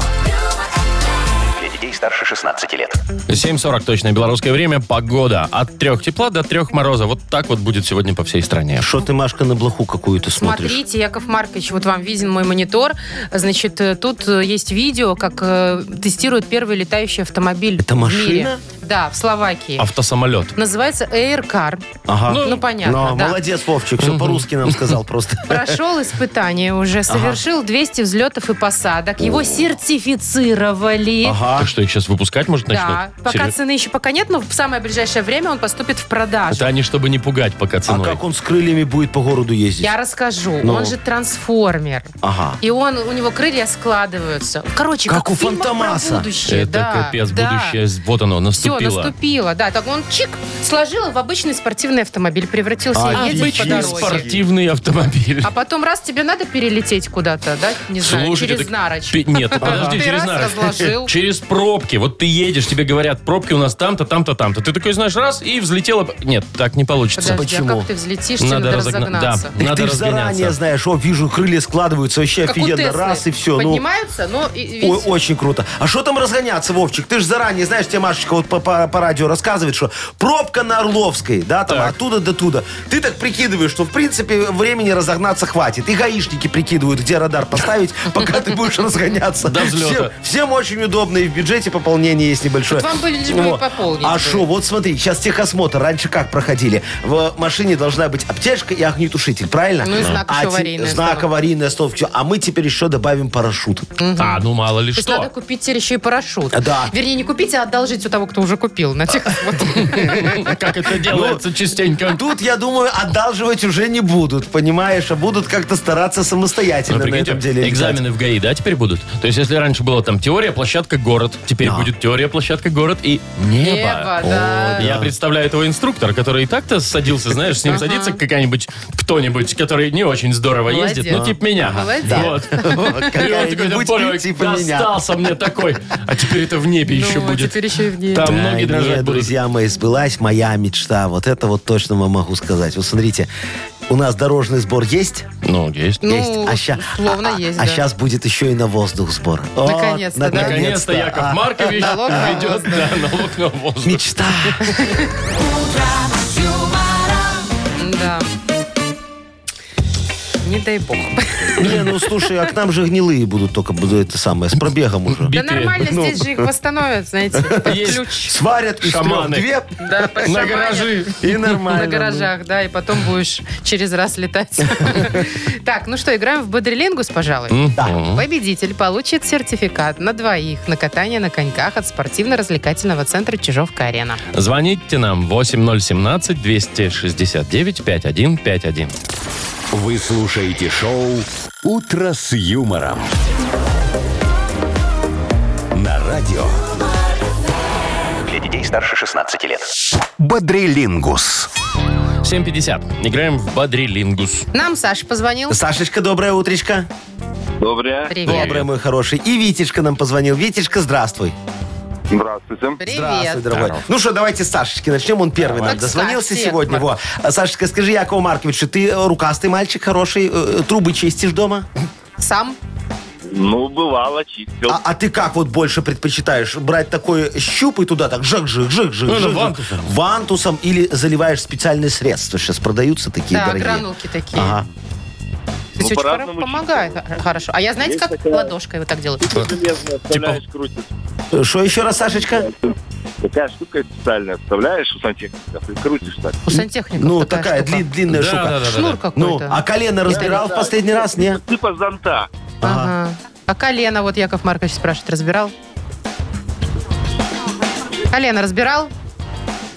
[SPEAKER 1] Для детей старше 16 лет.
[SPEAKER 2] 7.40 точное белорусское время, погода от 3 тепла до 3 мороза. Вот так вот будет сегодня по всей стране.
[SPEAKER 4] Что ты, Машка, на блоху какую-то смотришь?
[SPEAKER 3] Смотрите, Яков Маркович, вот вам виден мой монитор. Значит, э, тут э, есть видео, как э, тестируют первый летающий автомобиль
[SPEAKER 4] Это
[SPEAKER 3] в мире.
[SPEAKER 4] машина? А
[SPEAKER 3] да, в Словакии.
[SPEAKER 2] Автосамолет.
[SPEAKER 3] Называется Air Car.
[SPEAKER 4] Ага.
[SPEAKER 3] Ну, понятно,
[SPEAKER 4] Но
[SPEAKER 3] да.
[SPEAKER 4] А. молодец, Вовчик, все по-русски нам сказал просто.
[SPEAKER 3] Прошел испытание уже, совершил 200 взлетов и посадок. Его сертифицировали.
[SPEAKER 4] Ага.
[SPEAKER 2] Так что их сейчас выпускать, может, начнут?
[SPEAKER 3] Да, пока
[SPEAKER 2] Серьез-
[SPEAKER 3] цены еще пока нет, но в самое ближайшее время он поступит в продажу.
[SPEAKER 2] Это они, чтобы не пугать пока
[SPEAKER 4] А
[SPEAKER 2] ценой.
[SPEAKER 4] как он с крыльями будет по городу ездить?
[SPEAKER 3] Я расскажу.
[SPEAKER 4] Ну.
[SPEAKER 3] Он же трансформер.
[SPEAKER 4] Ага.
[SPEAKER 3] И он, у него крылья складываются. Короче, как,
[SPEAKER 4] Как у
[SPEAKER 3] в фильмах про
[SPEAKER 4] Фантомаса.
[SPEAKER 3] будущее.
[SPEAKER 2] Это
[SPEAKER 3] да,
[SPEAKER 2] капец,
[SPEAKER 3] да.
[SPEAKER 2] будущее, вот оно,
[SPEAKER 3] Все,
[SPEAKER 2] наступило.
[SPEAKER 3] наступило. Да, так он чик сложил и в обычный спортивный автомобиль, превратился и
[SPEAKER 4] А,
[SPEAKER 3] едет по
[SPEAKER 4] обычный
[SPEAKER 2] Обычный
[SPEAKER 3] дороге.
[SPEAKER 2] спортивный автомобиль.
[SPEAKER 3] А потом раз тебе надо перелететь куда-то, да, не знаю,
[SPEAKER 2] Слушайте,
[SPEAKER 3] через
[SPEAKER 2] так
[SPEAKER 3] Нарочь.
[SPEAKER 2] пи- Нет, подожди,
[SPEAKER 3] Ты
[SPEAKER 2] через
[SPEAKER 3] раз
[SPEAKER 2] Нарочь.
[SPEAKER 3] разложил.
[SPEAKER 2] Через пробки. Вот ты едешь, тебе говорят, пробки у нас там-то, там-то, там-то. Ты такой, знаешь, раз, и взлетела. Нет, так не получится.
[SPEAKER 3] Подожди, а
[SPEAKER 4] почему?
[SPEAKER 3] как ты взлетишь, тебе
[SPEAKER 2] Надо
[SPEAKER 3] надо
[SPEAKER 2] разогна-
[SPEAKER 3] разогнаться.
[SPEAKER 2] да.
[SPEAKER 4] Так
[SPEAKER 2] Надо
[SPEAKER 4] ты ж заранее
[SPEAKER 2] разгоняться.
[SPEAKER 4] знаешь, о, вижу, крылья складываются, вообще
[SPEAKER 3] Как у
[SPEAKER 4] офигенно,
[SPEAKER 3] Теслы.
[SPEAKER 4] раз и все. Ну,
[SPEAKER 3] Поднимаются, но и- и
[SPEAKER 4] Ой,
[SPEAKER 3] ведь-
[SPEAKER 4] очень круто. А что там разгоняться, Вовчик? Ты же заранее, знаешь, тебе Машечка вот по, по- по радио рассказывает, что пробка на Орловской, да, там
[SPEAKER 2] Так.
[SPEAKER 4] оттуда до туда. Ты так прикидываешь, что, в принципе, времени разогнаться хватит. И гаишники прикидывают, где радар поставить, пока ты будешь разгоняться.
[SPEAKER 2] До взлета.
[SPEAKER 4] Всем- Всем очень удобно, и в бюджете пополнение есть небольшое.
[SPEAKER 3] Вот вам бы лишь бы
[SPEAKER 4] Во.
[SPEAKER 3] пополнить
[SPEAKER 4] А
[SPEAKER 3] бы.
[SPEAKER 4] что, вот смотри, сейчас техосмотр. Раньше как проходили? В машине должна быть аптечка и огнетушитель, правильно?
[SPEAKER 3] Ну и знак
[SPEAKER 4] А
[SPEAKER 3] еще
[SPEAKER 4] те-
[SPEAKER 3] аварийный
[SPEAKER 4] Знак
[SPEAKER 3] остановки.
[SPEAKER 4] аварийный остановки. А мы теперь еще добавим парашют.
[SPEAKER 2] А, ну мало ли
[SPEAKER 3] То есть надо
[SPEAKER 2] что.
[SPEAKER 3] купить теперь еще и парашют.
[SPEAKER 4] А, да.
[SPEAKER 3] Вернее, не купить, а одолжить у того, кто уже купил. На тех,
[SPEAKER 2] Как это
[SPEAKER 3] Ну,
[SPEAKER 2] делается частенько.
[SPEAKER 4] Тут, я думаю, одалживать уже не будут, понимаешь? А будут как-то стараться
[SPEAKER 2] Ну,
[SPEAKER 4] самостоятельно на
[SPEAKER 2] прикиньте,
[SPEAKER 4] этом деле.
[SPEAKER 2] экзамены в ГАИ, да, теперь будут? То есть, если раньше было там теория, площадка, город, теперь будет теория, площадка, город и небо.
[SPEAKER 3] Небо,
[SPEAKER 2] О,
[SPEAKER 3] Э, да.
[SPEAKER 2] Я представляю этого инструктора, который и так-то садился, знаешь, с ним садится какая-нибудь, кто-нибудь, который не очень здорово
[SPEAKER 3] Молодец.
[SPEAKER 2] ездить, ну, типа меня.
[SPEAKER 3] Молодец.
[SPEAKER 2] Вот.
[SPEAKER 4] Вот,
[SPEAKER 2] И он такой, «Да,
[SPEAKER 4] какая-нибудь
[SPEAKER 2] понял,
[SPEAKER 4] типа меня.
[SPEAKER 2] достался мне такой. А теперь это в небе еще
[SPEAKER 3] Ну, а
[SPEAKER 2] будет.
[SPEAKER 3] теперь еще и в ней.
[SPEAKER 2] Там
[SPEAKER 4] Да,
[SPEAKER 2] ноги
[SPEAKER 4] Э, нет,
[SPEAKER 2] дрожать будут.
[SPEAKER 4] ну друзья мои, сбылась моя мечта. Вот это вот точно вам могу сказать. Вот смотрите, у нас дорожный сбор есть?
[SPEAKER 2] Ну, есть.
[SPEAKER 3] Ну,
[SPEAKER 4] есть. А ща-
[SPEAKER 3] условно
[SPEAKER 4] а- а-
[SPEAKER 3] есть,
[SPEAKER 4] А
[SPEAKER 3] да.
[SPEAKER 4] сейчас будет еще и на воздух сбор. О,
[SPEAKER 3] Наконец-то, да.
[SPEAKER 2] Наконец-то Яков
[SPEAKER 4] А,
[SPEAKER 2] Маркович
[SPEAKER 3] Налог на
[SPEAKER 2] ведет
[SPEAKER 3] воздух.
[SPEAKER 2] да, налог на воздух.
[SPEAKER 4] Мечта.
[SPEAKER 3] Да. Не дай бог.
[SPEAKER 4] Не, ну слушай, а к нам же гнилые будут только, буду это самое, с пробегом уже.
[SPEAKER 3] Да
[SPEAKER 2] Битые.
[SPEAKER 3] нормально, здесь же их восстановят, знаете, под
[SPEAKER 2] Есть.
[SPEAKER 3] ключ.
[SPEAKER 4] Сварят из трех
[SPEAKER 2] Шаманы.
[SPEAKER 4] две
[SPEAKER 3] Да,
[SPEAKER 2] На
[SPEAKER 3] подшаманят.
[SPEAKER 2] гаражи.
[SPEAKER 4] и нормально.
[SPEAKER 3] На гаражах, да, и потом будешь через раз летать. Так, ну что, играем в бодрелингус, пожалуй?
[SPEAKER 4] Да.
[SPEAKER 3] Победитель получит сертификат на двоих на катание на коньках от спортивно-развлекательного центра «Чижовка-арена».
[SPEAKER 2] Звоните нам 8017-269-5151.
[SPEAKER 1] Вы слушаете шоу «Утро с юмором». На радио.
[SPEAKER 6] Для детей старше 16 лет.
[SPEAKER 1] Бодрилингус.
[SPEAKER 2] 7.50. Играем в Бодрилингус.
[SPEAKER 3] Нам Саша позвонил.
[SPEAKER 4] Сашечка, доброе утречко.
[SPEAKER 5] Доброе.
[SPEAKER 3] Привет.
[SPEAKER 4] Доброе, мой хороший. И Витечка нам позвонил. Витечка, здравствуй.
[SPEAKER 5] Здравствуйте.
[SPEAKER 4] Здравствуй,
[SPEAKER 3] Привет.
[SPEAKER 4] дорогой. Ну что, давайте с Сашечки начнем. Он первый
[SPEAKER 3] Давай.
[SPEAKER 4] нам
[SPEAKER 3] Так,
[SPEAKER 4] дозвонился
[SPEAKER 3] Саш,
[SPEAKER 4] сегодня.
[SPEAKER 3] Яков
[SPEAKER 4] Во. А, Сашечка, скажи Якову Марковичу, ты э, рукастый мальчик хороший, э, э, трубы чистишь дома?
[SPEAKER 3] Сам?
[SPEAKER 5] Ну, бывало, чистил.
[SPEAKER 4] А, а ты как вот больше предпочитаешь? Брать такой щуп и туда так жик жик жик жик
[SPEAKER 2] Ну, или
[SPEAKER 4] жик, жик.
[SPEAKER 2] вантусом.
[SPEAKER 4] Вантусом или заливаешь специальные средства. Сейчас продаются такие
[SPEAKER 3] да,
[SPEAKER 4] дорогие.
[SPEAKER 3] гранулки такие.
[SPEAKER 4] Ага.
[SPEAKER 3] Кстати,
[SPEAKER 5] Ну,
[SPEAKER 3] очень
[SPEAKER 5] по-разному
[SPEAKER 3] хоро- помогает. Х- Хорошо. А я, знаете,
[SPEAKER 5] Есть
[SPEAKER 3] как
[SPEAKER 5] такая-
[SPEAKER 3] ладошкой вот так делаю?
[SPEAKER 5] Железно вставляешь, крутишь.
[SPEAKER 4] Э, Что еще раз, Сашечка?
[SPEAKER 5] Такая штука специальная. Вставляешь у сантехников и крутишь так.
[SPEAKER 3] У сантехников
[SPEAKER 4] Ну, такая,
[SPEAKER 3] штука.
[SPEAKER 4] дли- длинная
[SPEAKER 2] Да,
[SPEAKER 4] штука.
[SPEAKER 2] да, да.
[SPEAKER 3] Шнур
[SPEAKER 4] Ну,
[SPEAKER 3] какой-то.
[SPEAKER 4] а колено разбирал в последний раз? Не?
[SPEAKER 5] Типа зонта.
[SPEAKER 4] Ага.
[SPEAKER 3] Ага. А колено, вот Яков Маркович спрашивает, разбирал? Колено разбирал?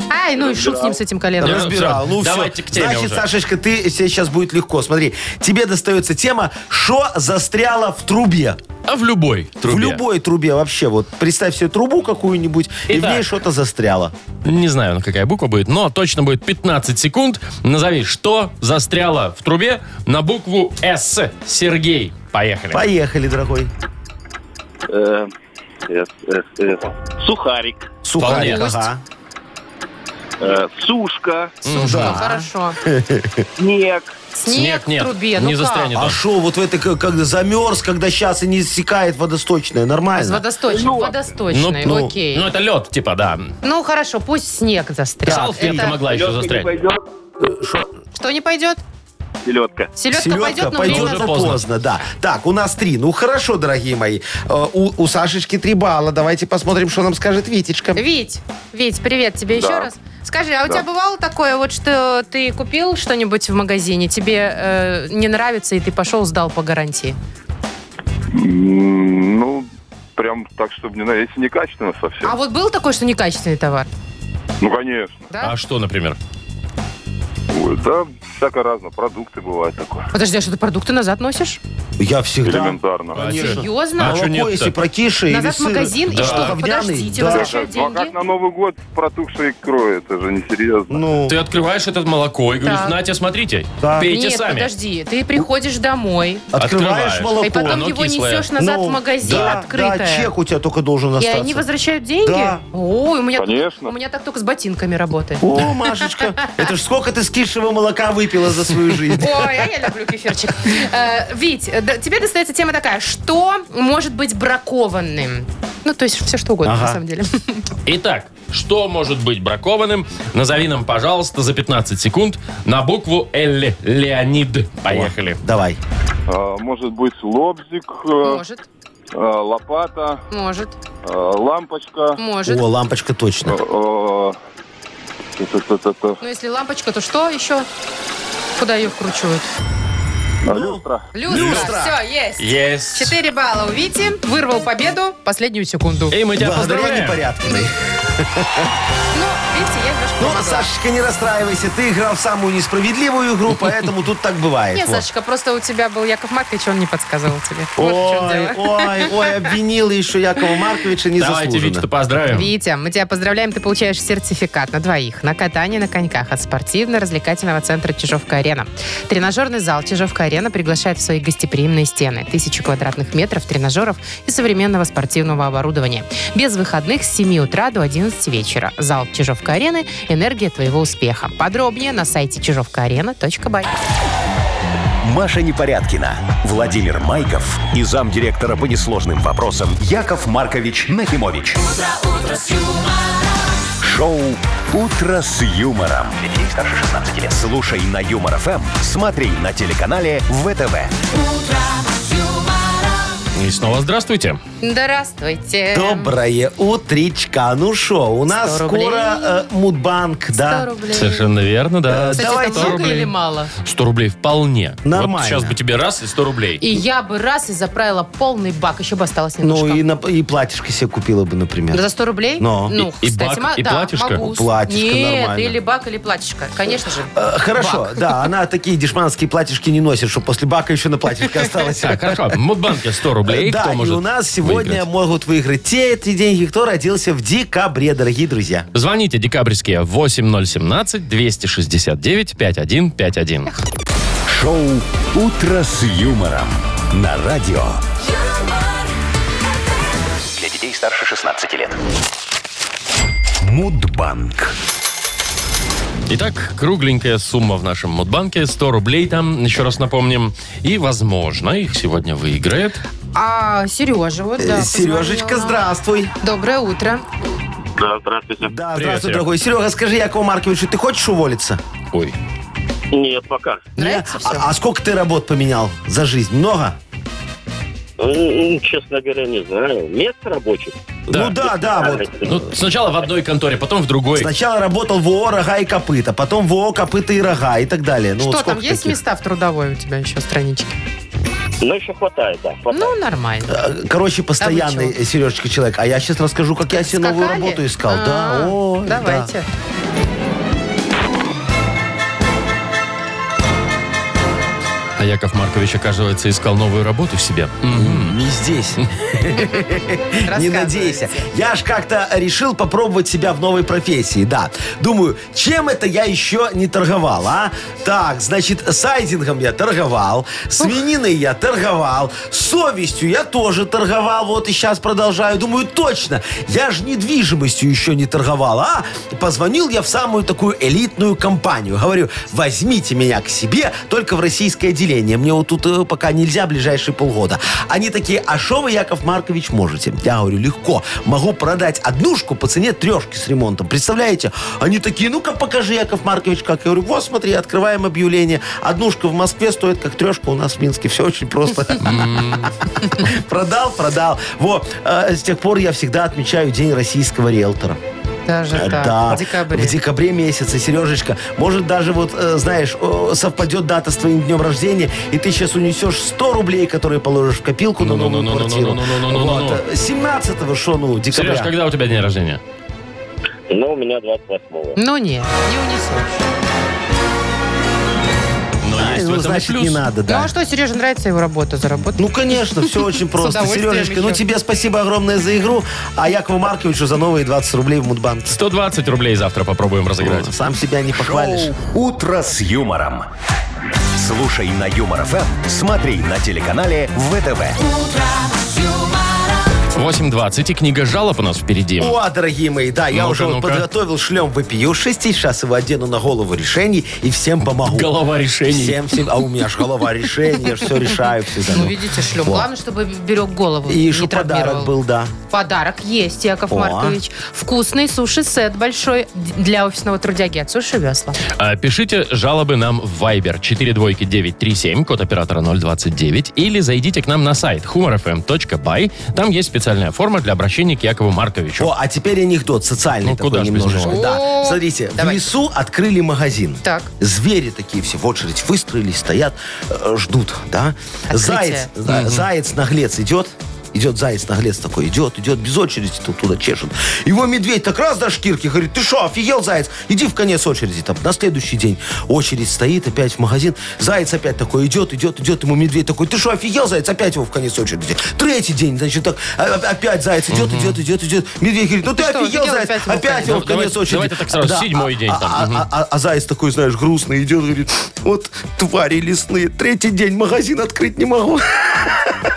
[SPEAKER 3] Ай, ну и шут с ним, с этим коленом.
[SPEAKER 2] Я-
[SPEAKER 4] Разбирал.
[SPEAKER 2] всё,
[SPEAKER 4] Ну, все.
[SPEAKER 2] давайте к теме
[SPEAKER 4] Значит,
[SPEAKER 2] уже.
[SPEAKER 4] Сашечка, ты тебе сейчас будет легко. Смотри, тебе достается тема, что застряло в трубе.
[SPEAKER 2] А в любой трубе?
[SPEAKER 4] В любой трубе вообще. Вот представь себе трубу какую-нибудь, и в
[SPEAKER 2] Итак.
[SPEAKER 4] ней что-то застряло.
[SPEAKER 2] Не знаю, какая буква будет, но точно будет 15 секунд. Назови, что застряло в трубе на букву «С». Сергей, поехали.
[SPEAKER 4] Поехали, дорогой.
[SPEAKER 5] Э, э, э, э, Сухарик.
[SPEAKER 2] Вполне.
[SPEAKER 4] Сухарик, ага.
[SPEAKER 5] э, Сушка.
[SPEAKER 3] Слушай,
[SPEAKER 4] да.
[SPEAKER 3] ну хорошо.
[SPEAKER 5] Снег.
[SPEAKER 3] Снег,
[SPEAKER 2] нет,
[SPEAKER 3] в трубе.
[SPEAKER 2] не
[SPEAKER 3] ну как?
[SPEAKER 2] застрянет.
[SPEAKER 4] А что, вот в этой, как, как замерз, когда сейчас и не иссякает водосточная,
[SPEAKER 3] С
[SPEAKER 4] нормально?
[SPEAKER 3] водосточным,
[SPEAKER 5] Ну,
[SPEAKER 3] водосточный,
[SPEAKER 4] ну,
[SPEAKER 3] окей.
[SPEAKER 2] Ну, это лед, типа, да.
[SPEAKER 3] Ну хорошо, пусть снег застрял.
[SPEAKER 2] Салфетка
[SPEAKER 3] Это-
[SPEAKER 2] могла еще
[SPEAKER 5] Лёшка не
[SPEAKER 2] застрять.
[SPEAKER 5] пойдет.
[SPEAKER 3] Что не пойдет?
[SPEAKER 7] селедка.
[SPEAKER 3] Селедка, пойдет, но
[SPEAKER 2] пойдет.
[SPEAKER 3] время
[SPEAKER 2] Уже
[SPEAKER 4] уже
[SPEAKER 2] поздно.
[SPEAKER 4] поздно. да. Так, у нас три. Ну хорошо, дорогие мои. Э, У, у Сашечки три балла. Давайте посмотрим, что нам скажет Витечка.
[SPEAKER 3] Вить, Вить, привет тебе еще
[SPEAKER 7] Да.
[SPEAKER 3] раз. Скажи, а у тебя бывало такое, вот что ты купил что-нибудь в магазине, тебе э, не нравится, и ты пошел, сдал по гарантии?
[SPEAKER 7] М, Ну, прям так, чтобы не знаю, Ну, если некачественно совсем.
[SPEAKER 3] А вот был такой, что некачественный товар?
[SPEAKER 7] Ну, конечно.
[SPEAKER 3] Да?
[SPEAKER 2] А что, например?
[SPEAKER 7] Ой, да, всяко разно. Продукты бывают такое.
[SPEAKER 3] Подожди, а что ты продукты назад носишь?
[SPEAKER 4] Я всегда.
[SPEAKER 7] Элементарно.
[SPEAKER 3] Серьезно?
[SPEAKER 2] А чё
[SPEAKER 4] Молоко,
[SPEAKER 2] нет-то?
[SPEAKER 4] если прокиши или
[SPEAKER 3] назад в
[SPEAKER 4] сыр
[SPEAKER 3] магазин, и
[SPEAKER 2] Да.
[SPEAKER 3] что?
[SPEAKER 4] говняный,
[SPEAKER 3] Подождите,
[SPEAKER 4] да.
[SPEAKER 3] возвращают
[SPEAKER 7] Ну, а как
[SPEAKER 3] деньги?
[SPEAKER 7] на Новый год протухшей икрой? Это же несерьезно.
[SPEAKER 4] Ну,
[SPEAKER 2] Ты открываешь этот молоко и говоришь,
[SPEAKER 3] Так.
[SPEAKER 2] Натя, смотрите,
[SPEAKER 4] Так.
[SPEAKER 2] пейте
[SPEAKER 3] Нет,
[SPEAKER 2] сами.
[SPEAKER 3] подожди, ты приходишь домой,
[SPEAKER 2] открываешь.
[SPEAKER 4] открываешь молоко.
[SPEAKER 3] и потом
[SPEAKER 2] оно
[SPEAKER 3] его
[SPEAKER 2] кислое.
[SPEAKER 3] несешь назад
[SPEAKER 4] Ну,
[SPEAKER 3] в магазин
[SPEAKER 4] да,
[SPEAKER 3] открытое.
[SPEAKER 4] Да, чек у тебя только должен
[SPEAKER 3] и
[SPEAKER 4] остаться.
[SPEAKER 3] они возвращают деньги?
[SPEAKER 4] Да.
[SPEAKER 3] Ой, у меня,
[SPEAKER 7] Конечно.
[SPEAKER 3] у меня так только с ботинками работает.
[SPEAKER 4] О, Машечка, это ж сколько ты скисшего молока выпила за свою жизнь.
[SPEAKER 3] Ой, а я люблю кефирчик. Э, Вить, э, да, тебе достается тема такая, что может быть бракованным? Ну, то есть все что угодно,
[SPEAKER 4] Ага.
[SPEAKER 3] на самом деле.
[SPEAKER 2] Итак, что может быть бракованным? Назови нам, пожалуйста, за 15 секунд на букву Л. Леонид. Поехали.
[SPEAKER 4] Давай.
[SPEAKER 7] А, может быть, лобзик, э,
[SPEAKER 3] Может,
[SPEAKER 7] э, лопата,
[SPEAKER 3] может,
[SPEAKER 7] э, лампочка.
[SPEAKER 3] может.
[SPEAKER 4] О, лампочка
[SPEAKER 7] э,
[SPEAKER 4] точно.
[SPEAKER 7] э, та-та-та-та-та.
[SPEAKER 3] Ну, если лампочка, то что еще? Куда ее вкручивают?
[SPEAKER 7] А, Люстра.
[SPEAKER 3] Люстра. Все, есть.
[SPEAKER 2] Есть.
[SPEAKER 3] Четыре балла у Вити. Вырвал победу. Последнюю секунду.
[SPEAKER 4] Э.
[SPEAKER 2] И мы тебя
[SPEAKER 4] Благодаря
[SPEAKER 2] поздравляем.
[SPEAKER 4] Непорядкиной.
[SPEAKER 3] Ну, Вити, я немножко
[SPEAKER 4] Ну,
[SPEAKER 3] помогла.
[SPEAKER 4] Сашечка, не расстраивайся. Ты играл в самую несправедливую игру, поэтому тут так бывает.
[SPEAKER 3] Нет,
[SPEAKER 4] Вот.
[SPEAKER 3] Сашечка, просто у тебя был Яков Маркович, он не подсказывал тебе. Вот в чем
[SPEAKER 4] Ой,
[SPEAKER 3] дело.
[SPEAKER 4] ой, ой, обвинила еще Якова
[SPEAKER 2] Давайте
[SPEAKER 4] Марковича незаслуженно.
[SPEAKER 2] Витю-то поздравим.
[SPEAKER 3] Витя, мы тебя поздравляем, ты получаешь сертификат на двоих на катание на коньках от спортивно-развлекательного центра Чижовка-Арена. Тренажерный зал Чижовка-Арена приглашает в свои гостеприимные стены. Тысячу квадратных метров тренажеров и современного спортивного оборудования. Без выходных с 7 утра до 11 вечера. Зал Чижовка-Арены – энергия твоего успеха. Подробнее на сайте чижовкаарена.бай.
[SPEAKER 1] Маша Непорядкина, Владимир Майков и замдиректора по несложным вопросам Яков Маркович Нахимович. Шоу Утро с юмором. Для детей старше 16 лет. Слушай на юмор ФМ, смотри на телеканале ВТВ.
[SPEAKER 2] И снова здравствуйте.
[SPEAKER 3] Здравствуйте.
[SPEAKER 4] Доброе утречка. Ну что, у нас
[SPEAKER 3] 100
[SPEAKER 4] скоро э, Мудбанк,
[SPEAKER 3] 100
[SPEAKER 4] да.
[SPEAKER 3] рублей.
[SPEAKER 2] Совершенно верно, да.
[SPEAKER 4] Э,
[SPEAKER 3] Кстати,
[SPEAKER 4] Давайте.
[SPEAKER 3] это много
[SPEAKER 2] 100 рублей.
[SPEAKER 3] или мало?
[SPEAKER 2] 100 рублей вполне.
[SPEAKER 4] Нормально.
[SPEAKER 2] Вот сейчас бы тебе раз и 100 рублей.
[SPEAKER 3] И я бы раз и заправила полный бак, еще бы осталось немножко.
[SPEAKER 4] Ну и, на, и платьишко себе купила бы, например.
[SPEAKER 3] За 100 рублей?
[SPEAKER 4] Но.
[SPEAKER 3] Ну,
[SPEAKER 2] И- и
[SPEAKER 3] кстати,
[SPEAKER 2] бак,
[SPEAKER 3] ма-
[SPEAKER 2] и
[SPEAKER 3] да,
[SPEAKER 2] платьишко?
[SPEAKER 3] могу.
[SPEAKER 4] Платьишко
[SPEAKER 3] Нет,
[SPEAKER 4] нормально.
[SPEAKER 3] или бак, или платьишко. Конечно же.
[SPEAKER 4] Э, Хорошо, да, она такие дешманские платьишки не носит, что после бака еще на платьишко осталось. Э,
[SPEAKER 2] Так, хорошо. В Мудбанке 100 рублей.
[SPEAKER 4] Да,
[SPEAKER 2] Кто
[SPEAKER 4] и
[SPEAKER 2] может
[SPEAKER 4] у нас сегодня
[SPEAKER 2] выиграть?
[SPEAKER 4] могут выиграть те эти деньги, кто родился в декабре, дорогие друзья.
[SPEAKER 2] Звоните декабрьские 8017-269-5151.
[SPEAKER 1] Шоу Утро с юмором на радио.
[SPEAKER 6] Для детей старше 16 лет.
[SPEAKER 1] Мудбанк.
[SPEAKER 2] Итак, кругленькая сумма в нашем Мудбанке. 100 рублей там, еще раз напомним. И, возможно, их сегодня выиграет.
[SPEAKER 3] А Сережа вот,
[SPEAKER 4] Э,
[SPEAKER 3] да.
[SPEAKER 4] Сережечка,
[SPEAKER 3] позвонила.
[SPEAKER 4] здравствуй.
[SPEAKER 3] Доброе утро.
[SPEAKER 7] Да, здравствуйте.
[SPEAKER 4] Да,
[SPEAKER 2] Привет,
[SPEAKER 4] здравствуй,
[SPEAKER 2] Серег.
[SPEAKER 4] дорогой. Серега, скажи Якову Марковичу, ты хочешь уволиться?
[SPEAKER 2] Ой.
[SPEAKER 7] Нет, пока.
[SPEAKER 3] Нравится
[SPEAKER 4] Не?
[SPEAKER 3] все?
[SPEAKER 4] А, а сколько ты работ поменял за жизнь? Много?
[SPEAKER 7] Ну, Честно говоря, не знаю. Место рабочих. А
[SPEAKER 2] Да.
[SPEAKER 4] Ну да, да, вот.
[SPEAKER 2] Ну, сначала в одной конторе, потом в другой.
[SPEAKER 4] Сначала работал в ООО «Рога и копыта», потом в ООО «Копыта и рога» и так далее. Ну, вот
[SPEAKER 3] Что там,
[SPEAKER 4] сколько
[SPEAKER 3] есть
[SPEAKER 4] таких?
[SPEAKER 3] места в трудовой у тебя еще страничке?
[SPEAKER 7] Ну, еще хватает, да.
[SPEAKER 3] Ну, нормально.
[SPEAKER 4] Э, Короче, постоянный,
[SPEAKER 3] Обычного.
[SPEAKER 4] э, Сережечка, человек. А я сейчас расскажу, как я себе новую
[SPEAKER 3] Скакали?
[SPEAKER 4] работу искал. Да,
[SPEAKER 3] А,
[SPEAKER 4] о, да.
[SPEAKER 3] Давайте.
[SPEAKER 2] А Яков Маркович, оказывается, искал новую работу в себе. Мгм.
[SPEAKER 4] Не здесь. Не
[SPEAKER 3] Рассказывайте.
[SPEAKER 4] надейся. Я ж как-то решил попробовать себя в новой профессии, да. Думаю, чем это я еще не торговал, а? Так, значит, сайдингом я торговал, свининой я торговал, совестью я тоже торговал, вот и сейчас продолжаю. Думаю, точно, я же недвижимостью еще не торговал, а? Позвонил я в самую такую элитную компанию. Говорю, возьмите меня к себе, только в российское отделение. Мне вот тут э, пока нельзя ближайшие полгода. Они такие, такие, а что вы, Яков Маркович, можете? Я говорю, легко. Могу продать однушку по цене трешки с ремонтом. Представляете? Они такие, ну-ка покажи, Яков Маркович, как. Я говорю, вот смотри, открываем объявление. Однушка в Москве стоит, как трешка у нас в Минске. Все очень просто. Продал, продал. Вот. Э, С тех пор я всегда отмечаю День российского риэлтора.
[SPEAKER 3] Даже
[SPEAKER 4] Э,
[SPEAKER 3] так.
[SPEAKER 4] Да,
[SPEAKER 3] В декабре.
[SPEAKER 4] В декабре месяце, Сережечка. Может, даже вот, э, знаешь, о, совпадет дата с твоим днем рождения, и ты сейчас унесешь 100 рублей, которые положишь в копилку на новую
[SPEAKER 2] Ну-ну-ну-ну-ну-ну-ну-ну-ну-ну-ну.
[SPEAKER 4] квартиру. Вот, э, 17-го, что, ну, декабря.
[SPEAKER 2] Сереж, когда у тебя день рождения?
[SPEAKER 8] Но у меня 28-го.
[SPEAKER 3] Ну нет, не унесешь.
[SPEAKER 2] Но
[SPEAKER 4] Ай,
[SPEAKER 2] есть в
[SPEAKER 4] ну,
[SPEAKER 2] этом и
[SPEAKER 4] значит,
[SPEAKER 2] плюс.
[SPEAKER 4] не надо, да.
[SPEAKER 3] Ну а что, Сереже нравится его работа, заработать?
[SPEAKER 4] Ну, конечно, все очень
[SPEAKER 3] С
[SPEAKER 4] просто.
[SPEAKER 3] удовольствием
[SPEAKER 4] Сережечка, ну
[SPEAKER 3] еще.
[SPEAKER 4] тебе спасибо огромное за игру, а Якову Марковичу за новые 20 рублей в Мудбанке.
[SPEAKER 2] 120 рублей завтра попробуем разыграть.
[SPEAKER 4] Сам себя не похвалишь.
[SPEAKER 1] «Утро с юмором». Слушай на Юмор ФМ, смотри на телеканале ВТВ.
[SPEAKER 2] 8.20 и книга жалоб у нас впереди.
[SPEAKER 4] О, дорогие мои, да, я
[SPEAKER 2] Ну-ка,
[SPEAKER 4] уже вот
[SPEAKER 2] ну-ка.
[SPEAKER 4] подготовил шлем вопиюшести, сейчас его одену на голову решений и всем помогу.
[SPEAKER 2] Голова решений.
[SPEAKER 4] Всем, всем, а у меня ж голова решений, я ж все решаю всегда.
[SPEAKER 3] Ну, видите, шлем.
[SPEAKER 4] Вот.
[SPEAKER 3] Главное, чтобы берег голову.
[SPEAKER 4] И
[SPEAKER 3] не
[SPEAKER 4] что
[SPEAKER 3] травмировал.
[SPEAKER 4] подарок был, да.
[SPEAKER 3] Подарок есть, Яков
[SPEAKER 4] О.
[SPEAKER 3] Маркович. Вкусный суши-сет большой для офисного трудяги от Суши Весла.
[SPEAKER 2] А, Пишите жалобы нам в Viber 42937, код оператора 029, или зайдите к нам на сайт humorfm.by. Там есть специальная форма для обращения к Якову Марковичу.
[SPEAKER 4] О, а теперь анекдот социальный
[SPEAKER 2] Ну,
[SPEAKER 4] такой
[SPEAKER 2] куда ж без
[SPEAKER 4] немножечко.
[SPEAKER 2] него.
[SPEAKER 4] Да.
[SPEAKER 3] О,
[SPEAKER 4] Смотрите,
[SPEAKER 3] давай.
[SPEAKER 4] в лесу открыли магазин.
[SPEAKER 3] Так.
[SPEAKER 4] Звери такие все в очередь выстроились, стоят, э, ждут, да.
[SPEAKER 3] Открытие.
[SPEAKER 4] Заяц, да, заяц наглец идет. Идет заяц наглец такой, идет, идет без очереди, тут туда чешет. Его медведь так раз до шкирки, говорит, ты что, офигел, заяц? Иди в конец очереди. Там на следующий день очередь стоит опять в магазин. Заяц опять такой идет, идет, идет. Ему медведь такой, ты что, офигел, заяц? Опять его в конец очереди. Третий день, значит, так а- а- опять заяц идет, идет, идет, идет. Медведь говорит, ну ты,
[SPEAKER 3] что,
[SPEAKER 4] офигел,
[SPEAKER 3] офигел?
[SPEAKER 4] заяц?
[SPEAKER 3] Опять
[SPEAKER 4] Опять,
[SPEAKER 3] ему в конец.
[SPEAKER 4] его в
[SPEAKER 2] Ну, давайте-
[SPEAKER 4] конец очереди.
[SPEAKER 2] давайте так сразу, седьмой
[SPEAKER 4] а-
[SPEAKER 2] день
[SPEAKER 4] а-
[SPEAKER 2] там.
[SPEAKER 4] а-
[SPEAKER 2] Мгм.
[SPEAKER 4] а- а, а заяц такой, знаешь, грустный идет, говорит, вот твари лесные, третий день магазин открыть не могу.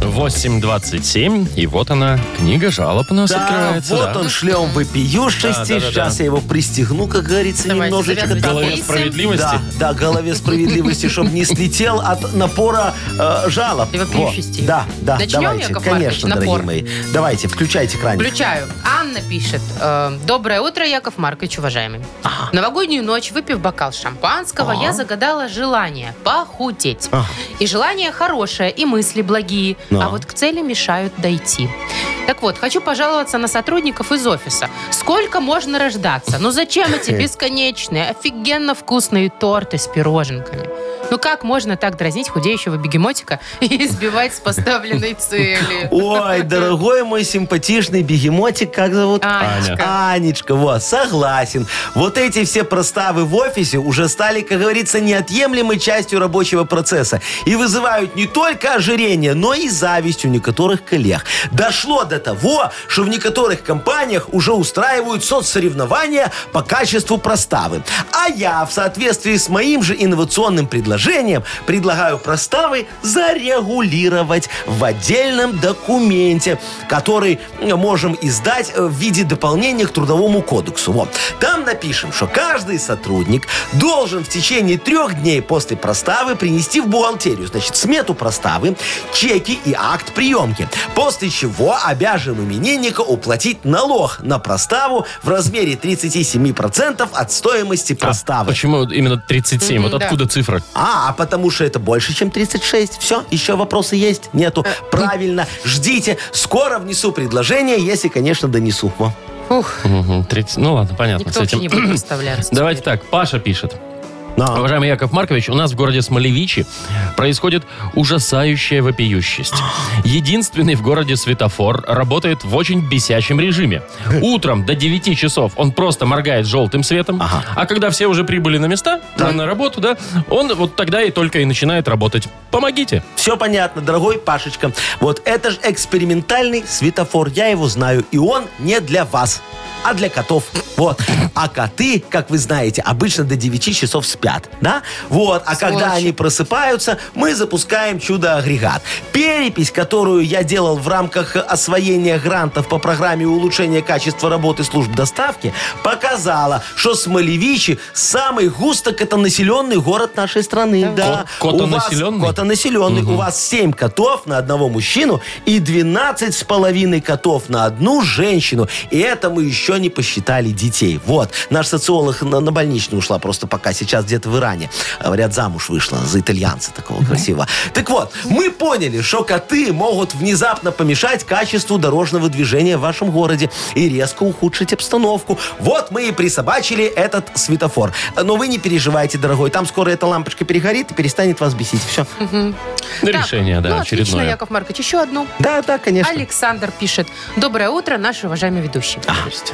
[SPEAKER 2] 8.27, и вот она, книга жалоб у нас
[SPEAKER 4] Да,
[SPEAKER 2] открывается.
[SPEAKER 4] вот
[SPEAKER 2] да.
[SPEAKER 4] он шлем
[SPEAKER 2] Да, да,
[SPEAKER 4] вопиюшести,
[SPEAKER 2] да, да.
[SPEAKER 4] сейчас я его пристегну, как говорится,
[SPEAKER 3] Давайте,
[SPEAKER 4] немножечко.
[SPEAKER 3] завязывайте.
[SPEAKER 2] Голове
[SPEAKER 3] Таблицы.
[SPEAKER 2] справедливости.
[SPEAKER 4] Да, да, голове справедливости, чтобы не слетел от напора э, жалоб.
[SPEAKER 3] И вопиющести.
[SPEAKER 4] Во, Да, да,
[SPEAKER 3] Начнем,
[SPEAKER 4] давайте,
[SPEAKER 3] Яков
[SPEAKER 4] конечно,
[SPEAKER 3] Маркович, напор?
[SPEAKER 4] дорогие мои. Давайте, включайте краник.
[SPEAKER 3] Включаю. Анна пишет. э, Доброе утро, Яков Маркович, уважаемый. Новогоднюю ночь, выпив бокал шампанского, я загадала желание похудеть.
[SPEAKER 4] Ага.
[SPEAKER 3] И желание хорошее, и мысли благие.
[SPEAKER 4] Да.
[SPEAKER 3] А вот к цели мешают дойти. Так вот, хочу пожаловаться на сотрудников из офиса. Сколько можно рождаться? Ну зачем эти бесконечные, офигенно вкусные торты с пироженками? Ну как можно так дразнить худеющего бегемотика и сбивать с поставленной цели?
[SPEAKER 4] Ой, дорогой мой симпатичный бегемотик, как зовут?
[SPEAKER 3] Анечка.
[SPEAKER 4] Анечка, вот, согласен. Вот эти все проставы в офисе уже стали, как говорится, неотъемлемой частью рабочего процесса и вызывают не только ожирение, но и зависть у некоторых коллег. Дошло до того, что в некоторых компаниях уже устраивают соцсоревнования по качеству проставы. А я, в соответствии с моим же инновационным предложением, предлагаю проставы зарегулировать в отдельном документе, который можем издать э, в виде дополнения к Трудовому кодексу. Вот. Там напишем, что каждый сотрудник должен в течение трех дней после проставы принести в бухгалтерию, значит, смету проставы, чеки и акт приемки. После чего обяжем именинника уплатить налог на проставу в размере 37% от стоимости
[SPEAKER 2] А
[SPEAKER 4] проставы.
[SPEAKER 2] почему именно 37? Вот
[SPEAKER 3] да.
[SPEAKER 2] откуда цифра?
[SPEAKER 4] А, а потому что это больше, чем 36. Все, еще вопросы есть? Нету. Правильно, ждите. Скоро внесу предложение, если, конечно, донесу. Во.
[SPEAKER 3] Ух.
[SPEAKER 2] Мгм, 30. Ну ладно, понятно.
[SPEAKER 3] Никто
[SPEAKER 2] с
[SPEAKER 3] вообще
[SPEAKER 2] этим.
[SPEAKER 3] не будет выставляться.
[SPEAKER 2] Давайте так, Паша пишет.
[SPEAKER 4] На.
[SPEAKER 2] Уважаемый Яков Маркович, у нас в городе Смолевичи происходит ужасающая вопиющесть. Единственный в городе светофор работает в очень бесячем режиме. Утром до 9 часов он просто моргает желтым светом, а когда все уже прибыли на места, на- на работу, да, он вот тогда и только и начинает работать. Помогите.
[SPEAKER 4] Все понятно, дорогой Пашечка. Вот это же экспериментальный светофор. Я его знаю, и он не для вас. а для котов. Вот. А коты, как вы знаете, обычно до 9 часов спят. Да? Вот. А когда
[SPEAKER 3] Сволочи.
[SPEAKER 4] они просыпаются, мы запускаем чудо-агрегат. Перепись, которую я делал в рамках освоения грантов по программе улучшения качества работы служб доставки, показала, что Смолевичи самый густо котонаселенный город нашей страны. Да.
[SPEAKER 2] Кот-
[SPEAKER 4] У вас-
[SPEAKER 2] котонаселенный?
[SPEAKER 4] Котонаселенный. У вас 7 котов на одного мужчину и 12 с половиной котов на одну женщину. И это мы еще не посчитали детей. Вот. Наш социолог на, на больничную ушла просто пока. Сейчас где-то в Иране. Говорят, замуж вышла за итальянца такого красивого. Так вот, мы поняли, что коты могут внезапно помешать качеству дорожного движения в вашем городе и резко ухудшить обстановку. Вот мы и присобачили этот светофор. Но вы не переживайте, дорогой. Там скоро эта лампочка перегорит и перестанет вас бесить. Все.
[SPEAKER 2] Ну,
[SPEAKER 3] Так,
[SPEAKER 2] Решение, да,
[SPEAKER 3] ну, отлично,
[SPEAKER 2] очередное.
[SPEAKER 3] Яков Маркович. Еще одну.
[SPEAKER 4] Да, да, конечно.
[SPEAKER 3] Александр пишет. Доброе утро, наши уважаемые ведущие.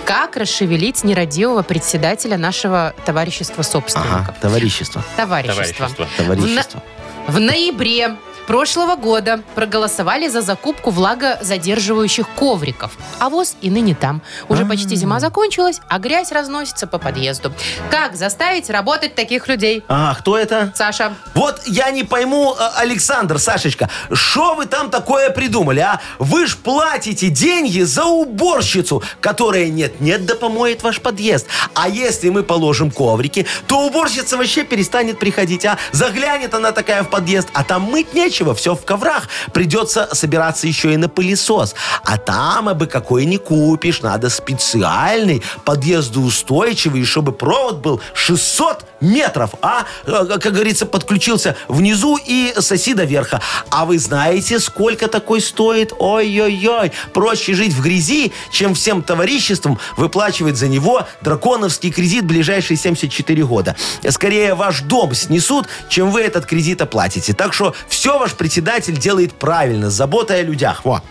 [SPEAKER 3] Как расшевелить нерадивого председателя нашего товарищества собственников?
[SPEAKER 4] Ага, товарищество.
[SPEAKER 3] Товарищества.
[SPEAKER 2] Товарищество.
[SPEAKER 4] Товарищество.
[SPEAKER 3] В ноябре прошлого года проголосовали за закупку влагозадерживающих ковриков. А воз и ныне там.
[SPEAKER 2] А.
[SPEAKER 3] Уже почти зима закончилась, а грязь разносится по подъезду. Как заставить работать таких людей?
[SPEAKER 4] Ага, А, кто это?
[SPEAKER 3] Саша,
[SPEAKER 4] Вот я не пойму, э, Александр, Сашечка, что вы там такое придумали, а? Вы ж платите деньги за уборщицу, которая нет-нет да помоет ваш подъезд. А если мы положим коврики, то уборщица вообще перестанет приходить, а? Заглянет она такая в подъезд, а там мыть нечего, все в коврах. Придется собираться еще и на пылесос. А там, а бы какой не купишь, надо специальный, подъездоустойчивый, чтобы провод был 600 метров, а, э, как говорится, подключился внизу и соси до верха. А вы знаете, сколько такой стоит? Ой-ой-ой, проще жить в грязи, чем всем товариществом выплачивать за него драконовский кредит ближайшие 74 года. Скорее, ваш дом снесут, чем вы этот кредит оплатите. Так что все ваш председатель делает правильно, с заботой о людях. Во.